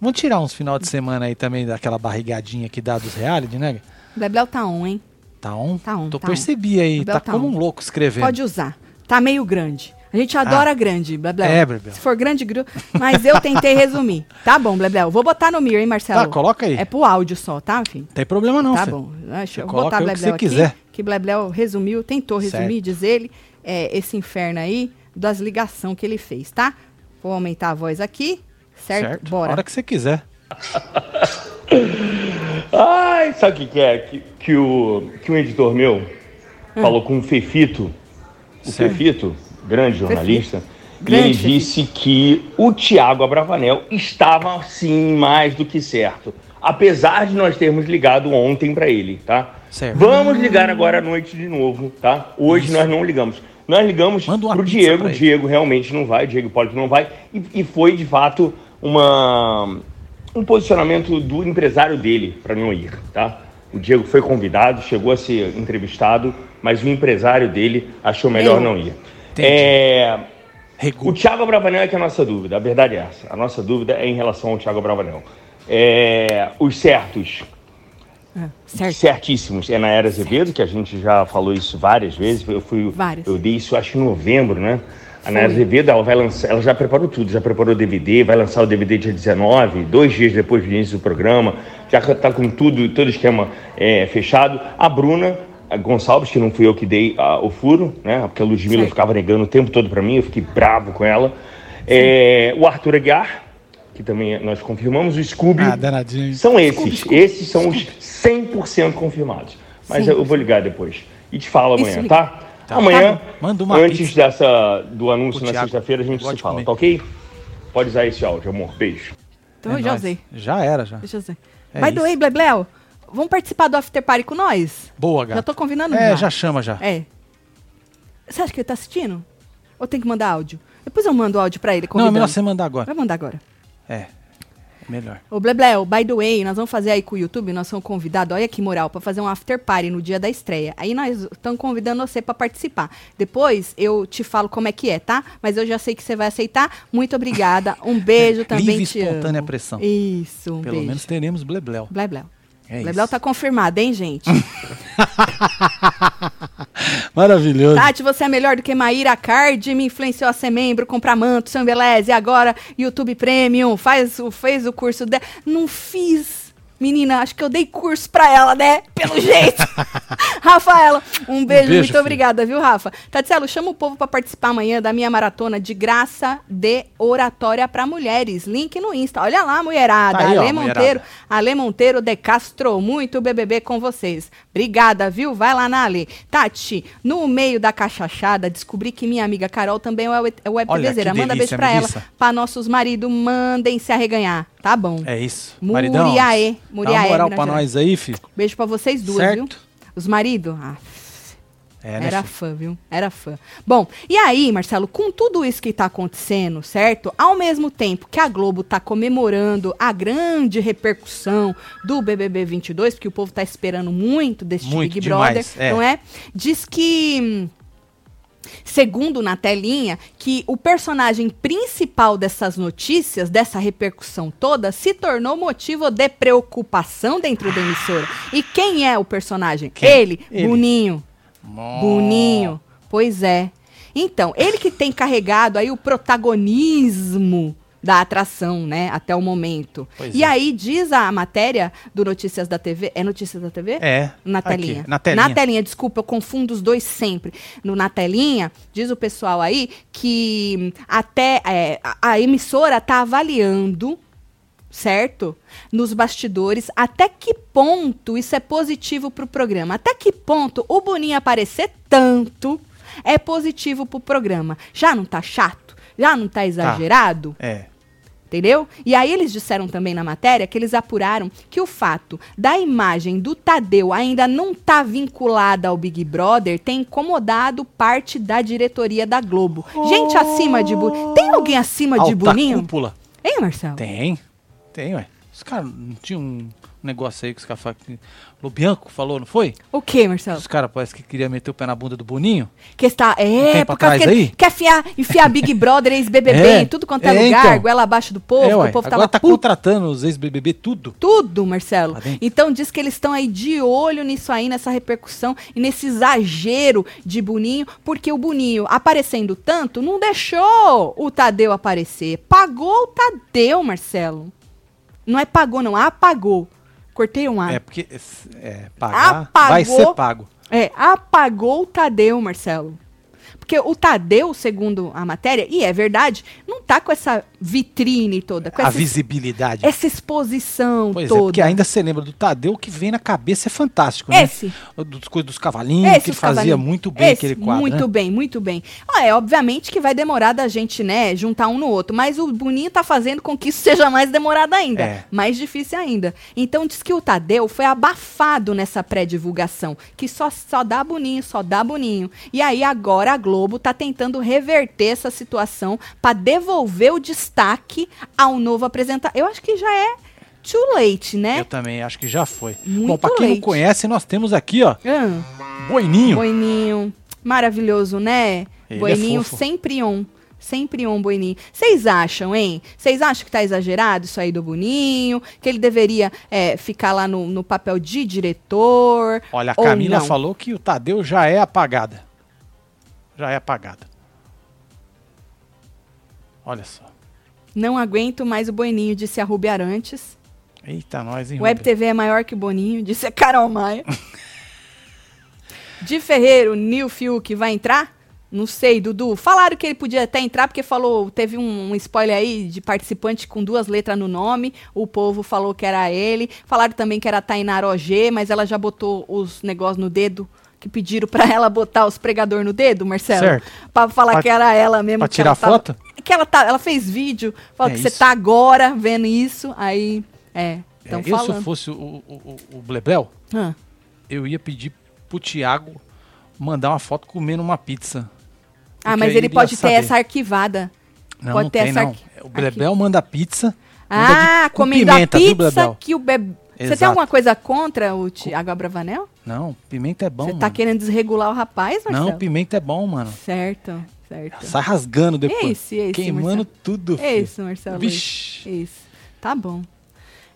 Speaker 1: Vamos tirar uns final de semana aí também daquela barrigadinha que dá dos reality, né?
Speaker 2: Bebel tá on, hein?
Speaker 1: Tá on?
Speaker 2: Tá on,
Speaker 1: Tô
Speaker 2: tá on.
Speaker 1: percebi aí,
Speaker 2: Bebel
Speaker 1: tá,
Speaker 2: tá
Speaker 1: como
Speaker 2: on.
Speaker 1: um louco escrevendo.
Speaker 2: Pode usar. Tá meio grande. A gente adora grande, Blebleu.
Speaker 1: É, Blebleu.
Speaker 2: Se for grande, gru... mas eu tentei resumir. Tá bom, Blebleu. Vou botar no Mir, hein, Marcelo?
Speaker 1: Tá, coloca aí.
Speaker 2: É pro áudio só, tá, filho?
Speaker 1: Não tem problema não,
Speaker 2: tá
Speaker 1: fi.
Speaker 2: bom. Deixa eu
Speaker 1: Coloca
Speaker 2: botar
Speaker 1: aí o que
Speaker 2: Blebleu
Speaker 1: você
Speaker 2: aqui.
Speaker 1: quiser.
Speaker 2: Que Blebleu resumiu, tentou resumir,
Speaker 1: Certo.
Speaker 2: diz ele, é, esse inferno aí das ligações que ele fez, tá? Vou aumentar a voz aqui, certo?
Speaker 1: Certo?
Speaker 2: Bora.
Speaker 1: A hora que você quiser.
Speaker 3: Ai, sabe o que, que é? Que, que, o, que um editor meu falou com o Fefito. O
Speaker 1: Certo.
Speaker 3: Fefito, grande jornalista.
Speaker 2: Grande
Speaker 3: e ele
Speaker 2: Fefito.
Speaker 3: disse que o Tiago Abravanel estava, sim, mais do que certo. Apesar de nós termos ligado ontem para ele, tá?
Speaker 1: Certo.
Speaker 3: Vamos ligar agora à noite de novo, tá? Hoje nós não ligamos. Nós ligamos
Speaker 1: Manda uma
Speaker 3: pro
Speaker 1: pizza
Speaker 3: Diego.
Speaker 1: pra ele.
Speaker 3: Diego realmente não vai, Diego Hipólito não vai. E, e foi, de fato, uma, um posicionamento do empresário dele para não ir, tá? O Diego foi convidado, chegou a ser entrevistado, mas o empresário dele achou melhor
Speaker 2: Meu.
Speaker 3: não ir.
Speaker 1: Entendi.
Speaker 3: É, o
Speaker 1: Regu.
Speaker 3: Thiago Bravanel é que é a nossa dúvida, a verdade é essa. A nossa dúvida é em relação ao Thiago Bravanel. É, os certos
Speaker 2: Ah, certo.
Speaker 3: Certíssimos. É na Era Azevedo, que a gente já falou isso várias vezes. Eu fui.
Speaker 2: Várias.
Speaker 3: Eu dei isso, acho, em novembro, né? A
Speaker 2: Foi.
Speaker 3: Nayara Azevedo, ela vai lançar, ela já preparou tudo, já preparou o DVD, vai lançar o DVD dia 19, dois dias depois do início do programa, já está com tudo, todo o esquema é, fechado. A Bruna a Gonçalves, que não fui eu que dei ah, o furo, né? Porque a Ludmilla
Speaker 2: Certo.
Speaker 3: ficava negando o tempo todo para mim, eu fiquei bravo com ela. É, o Arthur Aguiar, que também nós confirmamos, o Scooby.
Speaker 1: Ah, danadinho.
Speaker 3: São esses. Esses são os 100% confirmados. Mas
Speaker 2: 100%.
Speaker 3: eu vou ligar depois. E te falo
Speaker 2: Isso,
Speaker 3: amanhã,
Speaker 2: liga.
Speaker 3: tá? Amanhã,
Speaker 1: Tá bom. Manda uma
Speaker 3: antes
Speaker 1: pizza.
Speaker 3: dessa do anúncio
Speaker 1: Pro
Speaker 3: na
Speaker 1: Thiago.
Speaker 3: sexta-feira, a gente
Speaker 1: Pode
Speaker 3: se fala,
Speaker 1: comer.
Speaker 3: tá ok? Pode usar esse áudio, amor. Beijo.
Speaker 2: Então eu
Speaker 1: É
Speaker 2: já
Speaker 1: nóis.
Speaker 2: usei.
Speaker 1: Já era, já.
Speaker 2: Deixa eu ver.
Speaker 1: É
Speaker 2: By the
Speaker 1: isso.
Speaker 2: way, Blebleu, vamos participar do After Party com nós?
Speaker 1: Boa,
Speaker 2: Já
Speaker 1: gato.
Speaker 2: tô convidando
Speaker 1: É, já chama já.
Speaker 2: É. Você acha que ele tá assistindo? Ou tem que mandar áudio? Depois eu mando áudio pra ele
Speaker 1: não, é
Speaker 2: convidando.
Speaker 1: melhor você mandar agora.
Speaker 2: Vai mandar agora.
Speaker 1: É. Melhor.
Speaker 2: Ô, Blebleu, by the way, nós vamos fazer aí com o YouTube, nós somos convidados, olha que moral, pra fazer um after party no dia da estreia. Aí nós estamos convidando você pra participar. Depois eu te falo como é que é, tá? Mas eu já sei que você vai aceitar. Muito obrigada. Um beijo também.
Speaker 1: *laughs* Livre e
Speaker 2: te
Speaker 1: espontânea
Speaker 2: amo.
Speaker 1: pressão.
Speaker 2: Isso, um
Speaker 1: Pelo
Speaker 2: beijo.
Speaker 1: menos teremos blebleu.
Speaker 2: Blebleu.
Speaker 1: É
Speaker 2: Blebleu
Speaker 1: isso.
Speaker 2: tá confirmado, hein, gente? *laughs*
Speaker 1: Maravilhoso.
Speaker 2: Tati, você é melhor do que Maíra Card, me influenciou a ser membro, comprar manto, um São Beleza, e agora YouTube Premium, faz, o- fez o curso dela. Não fiz. Menina, acho que eu dei curso pra ela, né? Pelo
Speaker 1: *laughs*
Speaker 2: jeito. Rafaela, um beijo,
Speaker 1: beijo,
Speaker 2: muito
Speaker 1: filho.
Speaker 2: obrigada, viu, Rafa? Tatielo, chama o povo pra participar amanhã da minha maratona de graça de oratória pra mulheres. Link no Insta. Olha lá, mulherada.
Speaker 1: Tá aí, ó,
Speaker 2: Ale
Speaker 1: mulherada.
Speaker 2: Monteiro, Ale Monteiro de Castro, muito BBB com vocês. Obrigada, viu? Vai lá na Ale. Tati, no meio da cachachada, descobri que minha amiga Carol também é web- é
Speaker 1: Olha, que
Speaker 2: webtevezeira. Manda
Speaker 1: delícia,
Speaker 2: beijo pra ela.
Speaker 1: Melissa.
Speaker 2: Pra nossos maridos, mandem se arreganhar. Tá bom.
Speaker 1: É isso.
Speaker 2: Muriaé,
Speaker 1: Maridão, dá
Speaker 2: Muriaé,
Speaker 1: uma moral
Speaker 2: Minas
Speaker 1: pra
Speaker 2: Gerais.
Speaker 1: nós aí, filho.
Speaker 2: Beijo pra vocês duas,
Speaker 1: Certo.
Speaker 2: viu? Os maridos? Ah,
Speaker 1: É, né,
Speaker 2: era
Speaker 1: filho?
Speaker 2: fã, viu? Era fã. Bom, e aí, Marcelo, com tudo isso que tá acontecendo, certo? Ao mesmo tempo que a Globo tá comemorando a grande repercussão do BBB 22, porque o povo tá esperando muito deste
Speaker 1: Muito
Speaker 2: Big Brother,
Speaker 1: demais, é.
Speaker 2: não é? Diz que hum, segundo na telinha, que o personagem principal dessas notícias, dessa repercussão toda, se tornou motivo de preocupação dentro da emissora. E quem é o personagem?
Speaker 1: Quem?
Speaker 2: Ele,
Speaker 1: Ele.
Speaker 2: Boninho.
Speaker 1: Mó.
Speaker 2: Boninho. Pois é. Então, ele que tem carregado aí o protagonismo da atração, né, até o momento.
Speaker 1: Pois
Speaker 2: e
Speaker 1: é.
Speaker 2: aí diz a matéria do Notícias da TV, é Notícias da TV?
Speaker 1: É.
Speaker 2: Na
Speaker 1: Aqui,
Speaker 2: telinha.
Speaker 1: na telinha.
Speaker 2: desculpa, eu confundo os dois sempre. No Na telinha, diz o pessoal aí que até é, a, a emissora tá avaliando, certo? Nos bastidores, até que ponto isso é positivo pro programa? Até que ponto o Boninho aparecer tanto é positivo pro programa? Já não tá chato? Já não tá exagerado?
Speaker 1: É.
Speaker 2: Entendeu? E aí eles disseram também na matéria que eles apuraram que o fato da imagem do Tadeu ainda não tá vinculada ao Big Brother tem incomodado parte da diretoria da Globo. Gente acima de Boninho. Tem alguém acima de
Speaker 1: Alta
Speaker 2: Boninho?
Speaker 1: cúpula.
Speaker 2: Hein, Marcelo?
Speaker 1: Tem. Tem, ué. Os caras não tinham um negócio aí que os caras falaram. que- Lubianco falou, não foi?
Speaker 2: O que, Marcelo?
Speaker 1: Os caras parece que queria meter o pé na bunda do Boninho.
Speaker 2: Que está é,
Speaker 1: tempo
Speaker 2: por causa
Speaker 1: atrás
Speaker 2: que ele
Speaker 1: aí?
Speaker 2: quer afiar, enfiar Big Brother, ex-BBB,
Speaker 1: *laughs* É,
Speaker 2: em tudo quanto é,
Speaker 1: é,
Speaker 2: lugar,
Speaker 1: então.
Speaker 2: goela abaixo do povo,
Speaker 1: é,
Speaker 2: que
Speaker 1: ué.
Speaker 2: o povo
Speaker 1: Agora
Speaker 2: tava
Speaker 1: tá
Speaker 2: puto.
Speaker 1: contratando os ex-BBB tudo.
Speaker 2: Tudo, Marcelo.
Speaker 1: Lá dentro.
Speaker 2: Então diz que eles estão aí de olho nisso aí, nessa repercussão e nesse exagero de Boninho, porque o Boninho aparecendo tanto não deixou o Tadeu aparecer. Pagou o Tadeu, Marcelo. Não é pagou, não, apagou. Cortei um A.
Speaker 1: É porque é, pagar vai
Speaker 2: Apagou.
Speaker 1: ser pago.
Speaker 2: É, apagou o Tadeu, Marcelo. Porque o Tadeu, segundo a matéria, e é verdade, não tá com essa vitrine toda, com
Speaker 1: a
Speaker 2: essa,
Speaker 1: visibilidade.
Speaker 2: essa exposição
Speaker 1: pois é, porque
Speaker 2: toda.
Speaker 1: ainda você lembra do Tadeu, o que vem na cabeça é fantástico, né?
Speaker 2: Esse.
Speaker 1: O Dos coisas dos cavalinhos,
Speaker 2: Esse,
Speaker 1: que ele
Speaker 2: os
Speaker 1: fazia
Speaker 2: cavalinhos.
Speaker 1: muito bem
Speaker 2: Esse,
Speaker 1: aquele quadro.
Speaker 2: Muito
Speaker 1: né?
Speaker 2: bem, muito bem. Ah, é, obviamente que vai demorar da gente, né, juntar um no outro, mas o Boninho tá fazendo com que isso seja mais demorado ainda,
Speaker 1: É.
Speaker 2: mais difícil ainda. Então diz que o Tadeu foi abafado nessa pré-divulgação, que só, só dá Boninho, só dá Boninho. E aí agora a Globo tá tentando reverter essa situação pra devolver o destaque ao novo apresentador. Eu acho que já é too late, né?
Speaker 1: Eu também, acho que já foi.
Speaker 2: Muito
Speaker 1: Bom, pra quem
Speaker 2: leite.
Speaker 1: não conhece, nós temos aqui, ó,
Speaker 2: Ah.
Speaker 1: Boininho.
Speaker 2: Boininho. Maravilhoso, né?
Speaker 1: Ele é
Speaker 2: Boininho
Speaker 1: fofo.
Speaker 2: sempre on. Sempre on, Boininho. Vocês acham, hein? Vocês acham que tá exagerado isso aí do Boninho? Que ele deveria é, ficar lá no, no papel de diretor?
Speaker 1: Olha, a
Speaker 2: ou
Speaker 1: Camila
Speaker 2: não?
Speaker 1: falou que o Tadeu já é apagada. Já é apagada. Olha só.
Speaker 2: Não aguento mais o Boininho, disse a Rubi Arantes.
Speaker 1: Eita, nós, hein,
Speaker 2: Web
Speaker 1: Rubem?
Speaker 2: TV é maior que o Boninho, disse a Carol Maia. De Ferreiro, Nil Fiuk vai entrar? Não sei, Dudu. Falaram que ele podia até entrar, porque falou, teve um, um spoiler aí de participante com duas letras no nome. O povo falou que era ele. Falaram também que era a Tainara OG, mas ela já botou os negócios no dedo. Que pediram pra ela botar os pregador no dedo, Marcelo.
Speaker 1: Certo.
Speaker 2: Pra falar
Speaker 1: Pra-
Speaker 2: que era ela mesmo.
Speaker 1: pra
Speaker 2: que
Speaker 1: tirar
Speaker 2: ela tava-
Speaker 1: foto?
Speaker 2: Que ela, tá, ela fez vídeo, falou
Speaker 1: É
Speaker 2: que você
Speaker 1: isso.
Speaker 2: tá agora vendo isso. Aí, é,
Speaker 1: É,
Speaker 2: estão
Speaker 1: eu, se
Speaker 2: falando.
Speaker 1: eu fosse o, o, o- o Blebel,
Speaker 2: Ah,
Speaker 1: eu ia pedir pro Thiago mandar uma foto comendo uma pizza.
Speaker 2: Ah,
Speaker 1: Porque
Speaker 2: mas
Speaker 1: aí
Speaker 2: ele
Speaker 1: ia
Speaker 2: pode ter
Speaker 1: saber.
Speaker 2: essa arquivada.
Speaker 1: Não,
Speaker 2: pode
Speaker 1: não
Speaker 2: ter
Speaker 1: tem,
Speaker 2: essa
Speaker 1: não.
Speaker 2: arqui-
Speaker 1: O Blebel manda pizza. manda de-
Speaker 2: Ah,
Speaker 1: com
Speaker 2: comendo
Speaker 1: pimenta,
Speaker 2: a
Speaker 1: viu,
Speaker 2: pizza
Speaker 1: Blebel?
Speaker 2: que o bebê. Você tem
Speaker 1: Exato.
Speaker 2: alguma coisa contra o Tiago Abravanel?
Speaker 1: Não, pimenta é bom.
Speaker 2: Você tá
Speaker 1: mano.
Speaker 2: querendo desregular o rapaz, Marcelo?
Speaker 1: Não, pimenta é bom, mano.
Speaker 2: Certo, certo.
Speaker 1: Sai rasgando depois.
Speaker 2: É Esse, esse,
Speaker 1: Queimando
Speaker 2: Marcelo.
Speaker 1: tudo.
Speaker 2: É
Speaker 1: filho.
Speaker 2: isso, Marcelo.
Speaker 1: Vixe.
Speaker 2: É Isso. Tá bom.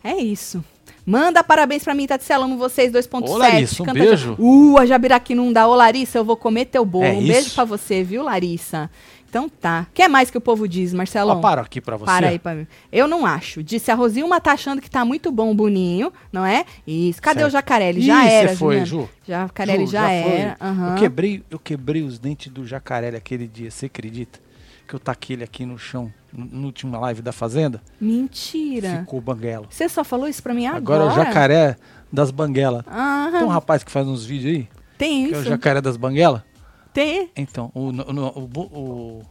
Speaker 2: É isso. Manda parabéns pra mim, Tatiana. Amo vocês, 2.7.
Speaker 1: Ô, Larissa, um
Speaker 2: Canta-
Speaker 1: beijo.
Speaker 2: Uh, a Jabiraquinunda. Ô, Larissa, eu vou comer teu bolo.
Speaker 1: É
Speaker 2: um beijo
Speaker 1: isso.
Speaker 2: pra você, viu, Larissa? Então tá. O que mais que o povo diz, Marcelo?
Speaker 1: Ó, paro aqui pra você. é.
Speaker 2: Para aí pra mim. Eu não acho. Disse a Rosilma tá achando que tá muito bom o Boninho, não é? Isso. Cadê
Speaker 1: Certo.
Speaker 2: o Jacarelli?
Speaker 1: Ih,
Speaker 2: Já era,
Speaker 1: você foi,
Speaker 2: Juliana.
Speaker 1: Ju.
Speaker 2: Já, Jacarelli
Speaker 1: Ju,
Speaker 2: já,
Speaker 1: foi.
Speaker 2: era. aham.
Speaker 1: Eu, quebrei, eu quebrei os dentes do jacaré aquele dia, você acredita? Que eu taquei ele aqui no chão, n- na última live da Fazenda,
Speaker 2: Mentira.
Speaker 1: ficou banguelo.
Speaker 2: Você só falou isso pra mim agora?
Speaker 1: Agora é o jacaré das banguelas.
Speaker 2: Ah,
Speaker 1: Tem um rapaz que faz uns vídeos aí,
Speaker 2: tem
Speaker 1: que
Speaker 2: isso.
Speaker 1: é o jacaré das banguelas.
Speaker 2: Tem.
Speaker 1: Então, o, no- no- o, bu- o-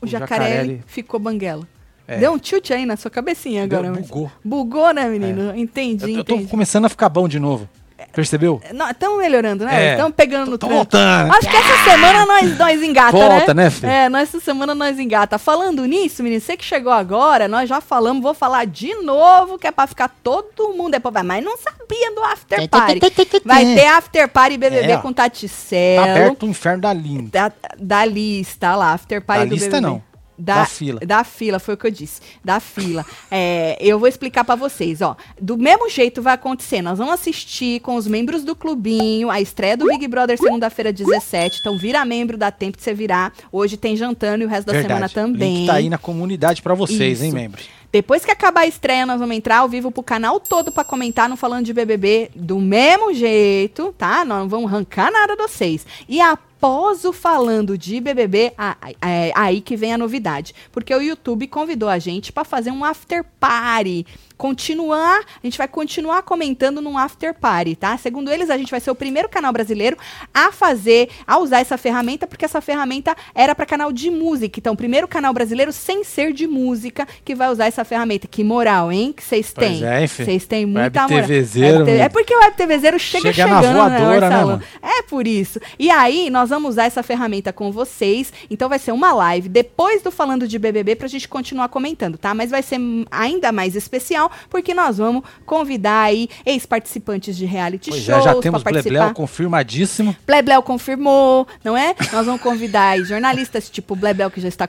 Speaker 2: O,
Speaker 1: o
Speaker 2: jacaré
Speaker 1: Jacarelli-
Speaker 2: ficou banguelo.
Speaker 1: É.
Speaker 2: Deu um chute aí na sua cabecinha
Speaker 1: Deu-
Speaker 2: agora. Marcelo.
Speaker 1: bugou. É.
Speaker 2: Bugou, né, menino? Entendi,
Speaker 1: Eu, eu tô
Speaker 2: entendi.
Speaker 1: começando a ficar bom de novo. Percebeu?
Speaker 2: Estão melhorando, né?
Speaker 1: É.
Speaker 2: Estão pegando no
Speaker 1: Tô
Speaker 2: tranco.
Speaker 1: voltando.
Speaker 2: Acho que essa semana nós, nós engata,
Speaker 1: Volta,
Speaker 2: né?
Speaker 1: né, filho?
Speaker 2: É, nós, essa semana nós engata. Falando nisso, menino, você que chegou agora, nós já falamos, vou falar de novo, que é pra ficar todo mundo depois. Vai, Mas não sabia do after party. Vai ter after party BBB
Speaker 1: É, ó.
Speaker 2: com Tati
Speaker 1: Tá
Speaker 2: Celo.
Speaker 1: aberto o inferno da linha.
Speaker 2: Da, da lista lá, after party
Speaker 1: Da
Speaker 2: do
Speaker 1: lista,
Speaker 2: BBB.
Speaker 1: não.
Speaker 2: Da,
Speaker 1: Da fila.
Speaker 2: Da fila, foi o que eu disse. Da fila. *laughs* É, eu vou explicar pra vocês, ó. Do mesmo jeito vai acontecer. Nós vamos assistir com os membros do clubinho a estreia do Big Brother segunda-feira 17. Então vira membro, dá tempo de você virar. Hoje tem jantando e o resto da semana também.
Speaker 1: Link tá aí na comunidade pra vocês, hein,
Speaker 2: Isso.
Speaker 1: membros?
Speaker 2: Depois que acabar a estreia, nós vamos entrar ao vivo pro canal todo pra comentar no Falando de BBB do mesmo jeito, tá? Nós não vamos arrancar nada de vocês. E após o Falando de BBB, a- a- é aí que vem a novidade. Porque o YouTube convidou a gente pra fazer um after party. Continuar, a gente vai continuar comentando num after party, tá? Segundo eles, a gente vai ser o primeiro canal brasileiro a fazer, a usar essa ferramenta, porque essa ferramenta era para canal de música. Então, primeiro canal brasileiro sem ser de música que vai usar essa ferramenta. Que moral, hein? Que vocês
Speaker 1: Pois
Speaker 2: têm.
Speaker 1: é, hein, fi?
Speaker 2: Vocês têm muita moral.
Speaker 1: WebTVzeiro,
Speaker 2: Web TV É
Speaker 1: meu.
Speaker 2: porque o Web TVzeiro chega,
Speaker 1: né? Chega
Speaker 2: chegando,
Speaker 1: na voadora, né,
Speaker 2: Marcelo?
Speaker 1: mano?
Speaker 2: É por isso. E aí, nós vamos usar essa ferramenta com vocês. Então, vai ser uma live depois do Falando de BBB pra gente continuar comentando, tá? Mas vai ser hum, ainda mais especial, porque nós vamos convidar aí ex-participantes de reality
Speaker 1: Pois é,
Speaker 2: shows
Speaker 1: já temos
Speaker 2: pra participar.
Speaker 1: Blebleu confirmadíssimo.
Speaker 2: Blebleu confirmou, não é? Nós vamos convidar aí jornalistas tipo Blebleu, que já está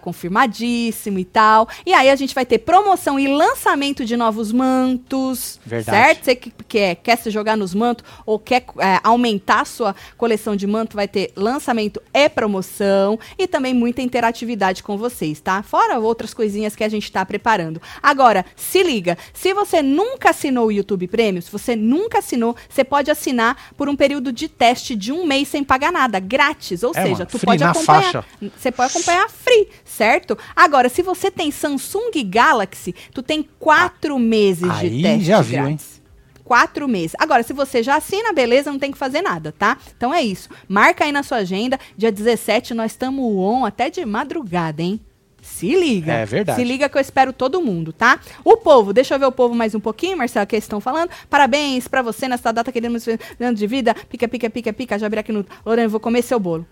Speaker 2: confirmadíssimo e tal. E aí a gente vai ter promoção e lançamento de novos mantos.
Speaker 1: Verdade.
Speaker 2: Certo? Você que quer, quer se jogar nos mantos ou quer é, aumentar a sua coleção de manto, vai ter lançamento e promoção. E também muita interatividade com vocês, tá? Fora outras coisinhas que a gente está preparando. Agora, se liga, se você nunca assinou o YouTube Premium, se você nunca assinou, você pode assinar por um período de teste de um mês sem pagar nada, grátis. Ou
Speaker 1: É,
Speaker 2: seja,
Speaker 1: mano,
Speaker 2: tu
Speaker 1: free
Speaker 2: pode
Speaker 1: na
Speaker 2: acompanhar.
Speaker 1: faixa.
Speaker 2: Você pode acompanhar free, certo? Agora, se você tem Samsung Galaxy, tu tem quatro meses de
Speaker 1: aí
Speaker 2: teste
Speaker 1: já viu, hein?
Speaker 2: grátis. Quatro meses. Agora, se você já assina, beleza, não tem que fazer nada, tá? Então é isso. Marca aí na sua agenda. Dia 17, nós estamos on até de madrugada, hein? Se liga.
Speaker 1: É verdade.
Speaker 2: Se liga que eu espero todo mundo, tá? O povo, deixa eu ver o povo mais um pouquinho, Marcelo, que eles estão falando. Parabéns pra você nesta data, queremos anos de vida. Pica, pica, pica, pica. Já aqui no. Lorena, eu vou comer seu bolo.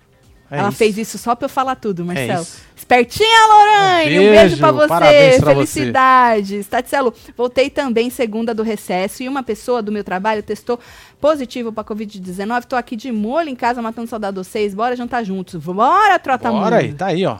Speaker 1: É
Speaker 2: Ela
Speaker 1: isso. É
Speaker 2: fez isso só pra eu falar tudo, Marcelo.
Speaker 1: isso.
Speaker 2: Espertinha, Lorane! Um
Speaker 1: Um
Speaker 2: beijo,
Speaker 1: beijo,
Speaker 2: pra você!
Speaker 1: parabéns pra você.
Speaker 2: Felicidades! Taticelo, voltei também segunda do recesso e uma pessoa do meu trabalho testou positivo pra Covid-19. Tô aqui de molho em casa matando saudade de vocês. Bora jantar juntos. Bora, Trota
Speaker 1: Bora
Speaker 2: Mundo.
Speaker 1: aí, tá aí, ó.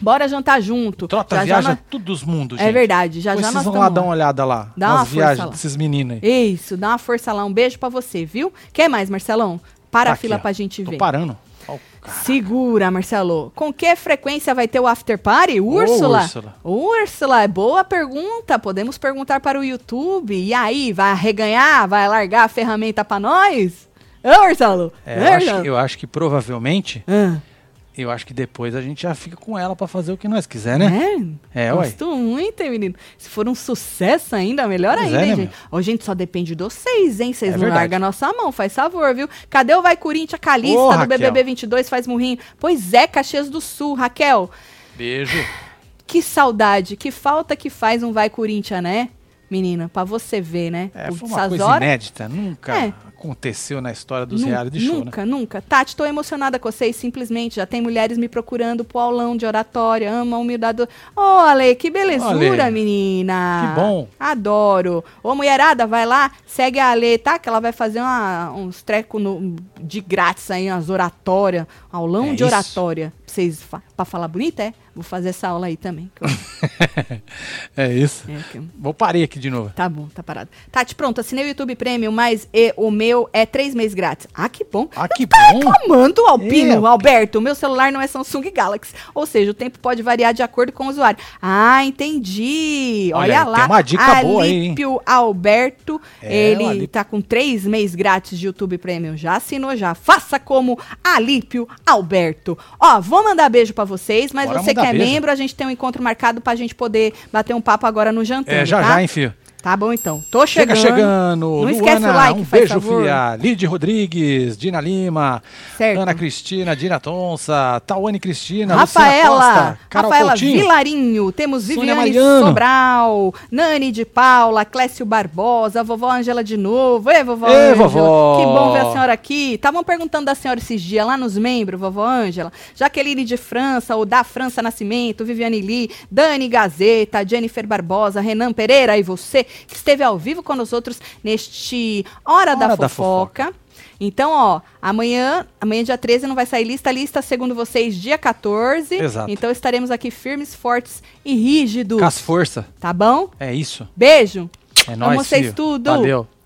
Speaker 2: Bora jantar junto.
Speaker 1: Trota
Speaker 2: Já, já
Speaker 1: viaja
Speaker 2: nós-
Speaker 1: todos os mundos,
Speaker 2: É
Speaker 1: gente.
Speaker 2: verdade, já
Speaker 1: Depois
Speaker 2: já nós
Speaker 1: vocês vão lá dar
Speaker 2: estamos.
Speaker 1: uma olhada lá.
Speaker 2: Dá uma
Speaker 1: nas
Speaker 2: força
Speaker 1: viagens
Speaker 2: lá.
Speaker 1: desses meninos aí.
Speaker 2: Isso, dá uma força lá. Um beijo pra você, viu? Quer mais, Marcelão? Para
Speaker 1: Tá
Speaker 2: a fila
Speaker 1: aqui, ó.
Speaker 2: pra gente
Speaker 1: Tô
Speaker 2: ver.
Speaker 1: parando. Ó, o cara.
Speaker 2: Segura, Marcelo. Com que frequência vai ter o after party? Úrsula?
Speaker 1: Úrsula.
Speaker 2: Úrsula, é boa pergunta. Podemos perguntar para o YouTube. E aí, vai arreganhar? Vai largar a ferramenta para nós? Ô, Úrsula!
Speaker 1: É, eu, acho,
Speaker 2: Úrsula?
Speaker 1: que- eu acho que provavelmente,
Speaker 2: Ah,
Speaker 1: eu acho que depois a gente já fica com ela pra fazer o que nós quiser, né?
Speaker 2: né?
Speaker 1: É, ué.
Speaker 2: Gosto muito, hein, menino? Se for um sucesso ainda, melhor
Speaker 1: Pois
Speaker 2: ainda,
Speaker 1: é,
Speaker 2: hein,
Speaker 1: né,
Speaker 2: gente? Ó, gente, só depende de vocês, hein? Vocês
Speaker 1: É
Speaker 2: não
Speaker 1: verdade.
Speaker 2: largam a nossa mão, faz favor, viu? Cadê o Vai Corinthians, Calista,
Speaker 1: Ô,
Speaker 2: do
Speaker 1: Raquel.
Speaker 2: BBB 22, faz murrinho? Pois é, Caxias do Sul, Raquel.
Speaker 1: Beijo.
Speaker 2: Que saudade, que falta que faz um Vai Corinthians, né? Menina, pra você ver, né?
Speaker 1: É,
Speaker 2: O
Speaker 1: foi uma
Speaker 2: Sazora-
Speaker 1: coisa inédita. Nunca
Speaker 2: É.
Speaker 1: aconteceu na história dos
Speaker 2: Nu-
Speaker 1: reality show, né?
Speaker 2: Nunca, nunca. Tati, tô emocionada com vocês, simplesmente. Já tem mulheres me procurando pro aulão de oratória, ama a humildade. do- Ô, Ale, que belezura,
Speaker 1: Ale,
Speaker 2: menina.
Speaker 1: que bom.
Speaker 2: Adoro. Ô, mulherada, vai lá, segue a Ale, tá? Que ela vai fazer uma- uns trecos de grátis aí, umas oratórias. Aulão de
Speaker 1: É isso.
Speaker 2: oratória. Pra vocês, fa pra falar bonito, é? Vou fazer essa aula aí também. que eu-
Speaker 1: *laughs* é isso.
Speaker 2: é, que eu-
Speaker 1: Vou parar aqui de novo.
Speaker 2: Tá bom, tá parado. Tati, pronto, assinei o YouTube Premium, mas e o meu meu é três meses grátis. Ah, que bom.
Speaker 1: Ah, que
Speaker 2: Tá
Speaker 1: bom.
Speaker 2: reclamando, Alpino,
Speaker 1: Eu-
Speaker 2: Alberto. O meu celular não é Samsung Galaxy. Ou seja, o tempo pode variar de acordo com o usuário. Ah, entendi.
Speaker 1: Olha
Speaker 2: Olha,
Speaker 1: aí,
Speaker 2: lá.
Speaker 1: tem uma dica boa aí, hein?
Speaker 2: Alípio Alberto,
Speaker 1: É,
Speaker 2: ele
Speaker 1: o Alípio.
Speaker 2: tá com três meses grátis de YouTube Premium. Já assinou, já. Faça como Alípio Alberto. Ó, vou mandar beijo pra vocês, mas
Speaker 1: Bora
Speaker 2: você que
Speaker 1: mandar
Speaker 2: é
Speaker 1: beijo.
Speaker 2: membro, a gente tem um encontro marcado pra gente poder bater um papo agora no jantar.
Speaker 1: É, já
Speaker 2: tá?
Speaker 1: já, hein, filho?
Speaker 2: Tá bom, então. Tô
Speaker 1: Chega
Speaker 2: chegando.
Speaker 1: chegando.
Speaker 2: Não
Speaker 1: Luana,
Speaker 2: esquece o like,
Speaker 1: um
Speaker 2: faz
Speaker 1: beijo,
Speaker 2: favor.
Speaker 1: filha. Lid Rodrigues, Dina Lima,
Speaker 2: Certo.
Speaker 1: Ana Cristina, Dina Tonsa, Tauane Cristina, Luciana
Speaker 2: Rafaela,
Speaker 1: Costa, Carol
Speaker 2: Rafaela
Speaker 1: Coutinho.
Speaker 2: Vilarinho, temos
Speaker 1: Sônia
Speaker 2: Viviane
Speaker 1: Mariano.
Speaker 2: Sobral, Nani de Paula, Clécio Barbosa, vovó Ângela de novo. Ei, vovó
Speaker 1: Ei,
Speaker 2: Ângela,
Speaker 1: vovó.
Speaker 2: que bom ver a senhora aqui. Estavam perguntando da senhora esses dias lá nos membros, vovó Ângela. Jaqueline de França, ou da França Nascimento, Viviane Lee, Dani Gazeta, Jennifer Barbosa, Renan Pereira e você, que esteve ao vivo com nós outros neste Hora, da,
Speaker 1: Hora da
Speaker 2: fofoca. Então, ó, amanhã, amanhã dia 13 não vai sair lista, lista segundo vocês dia 14.
Speaker 1: Exato.
Speaker 2: Então estaremos aqui firmes, fortes e rígidos,
Speaker 1: Com as força.
Speaker 2: tá bom?
Speaker 1: É isso.
Speaker 2: Beijo.
Speaker 1: É
Speaker 2: Amo
Speaker 1: nóis,
Speaker 2: vocês
Speaker 1: filho.
Speaker 2: tudo.
Speaker 1: Valeu.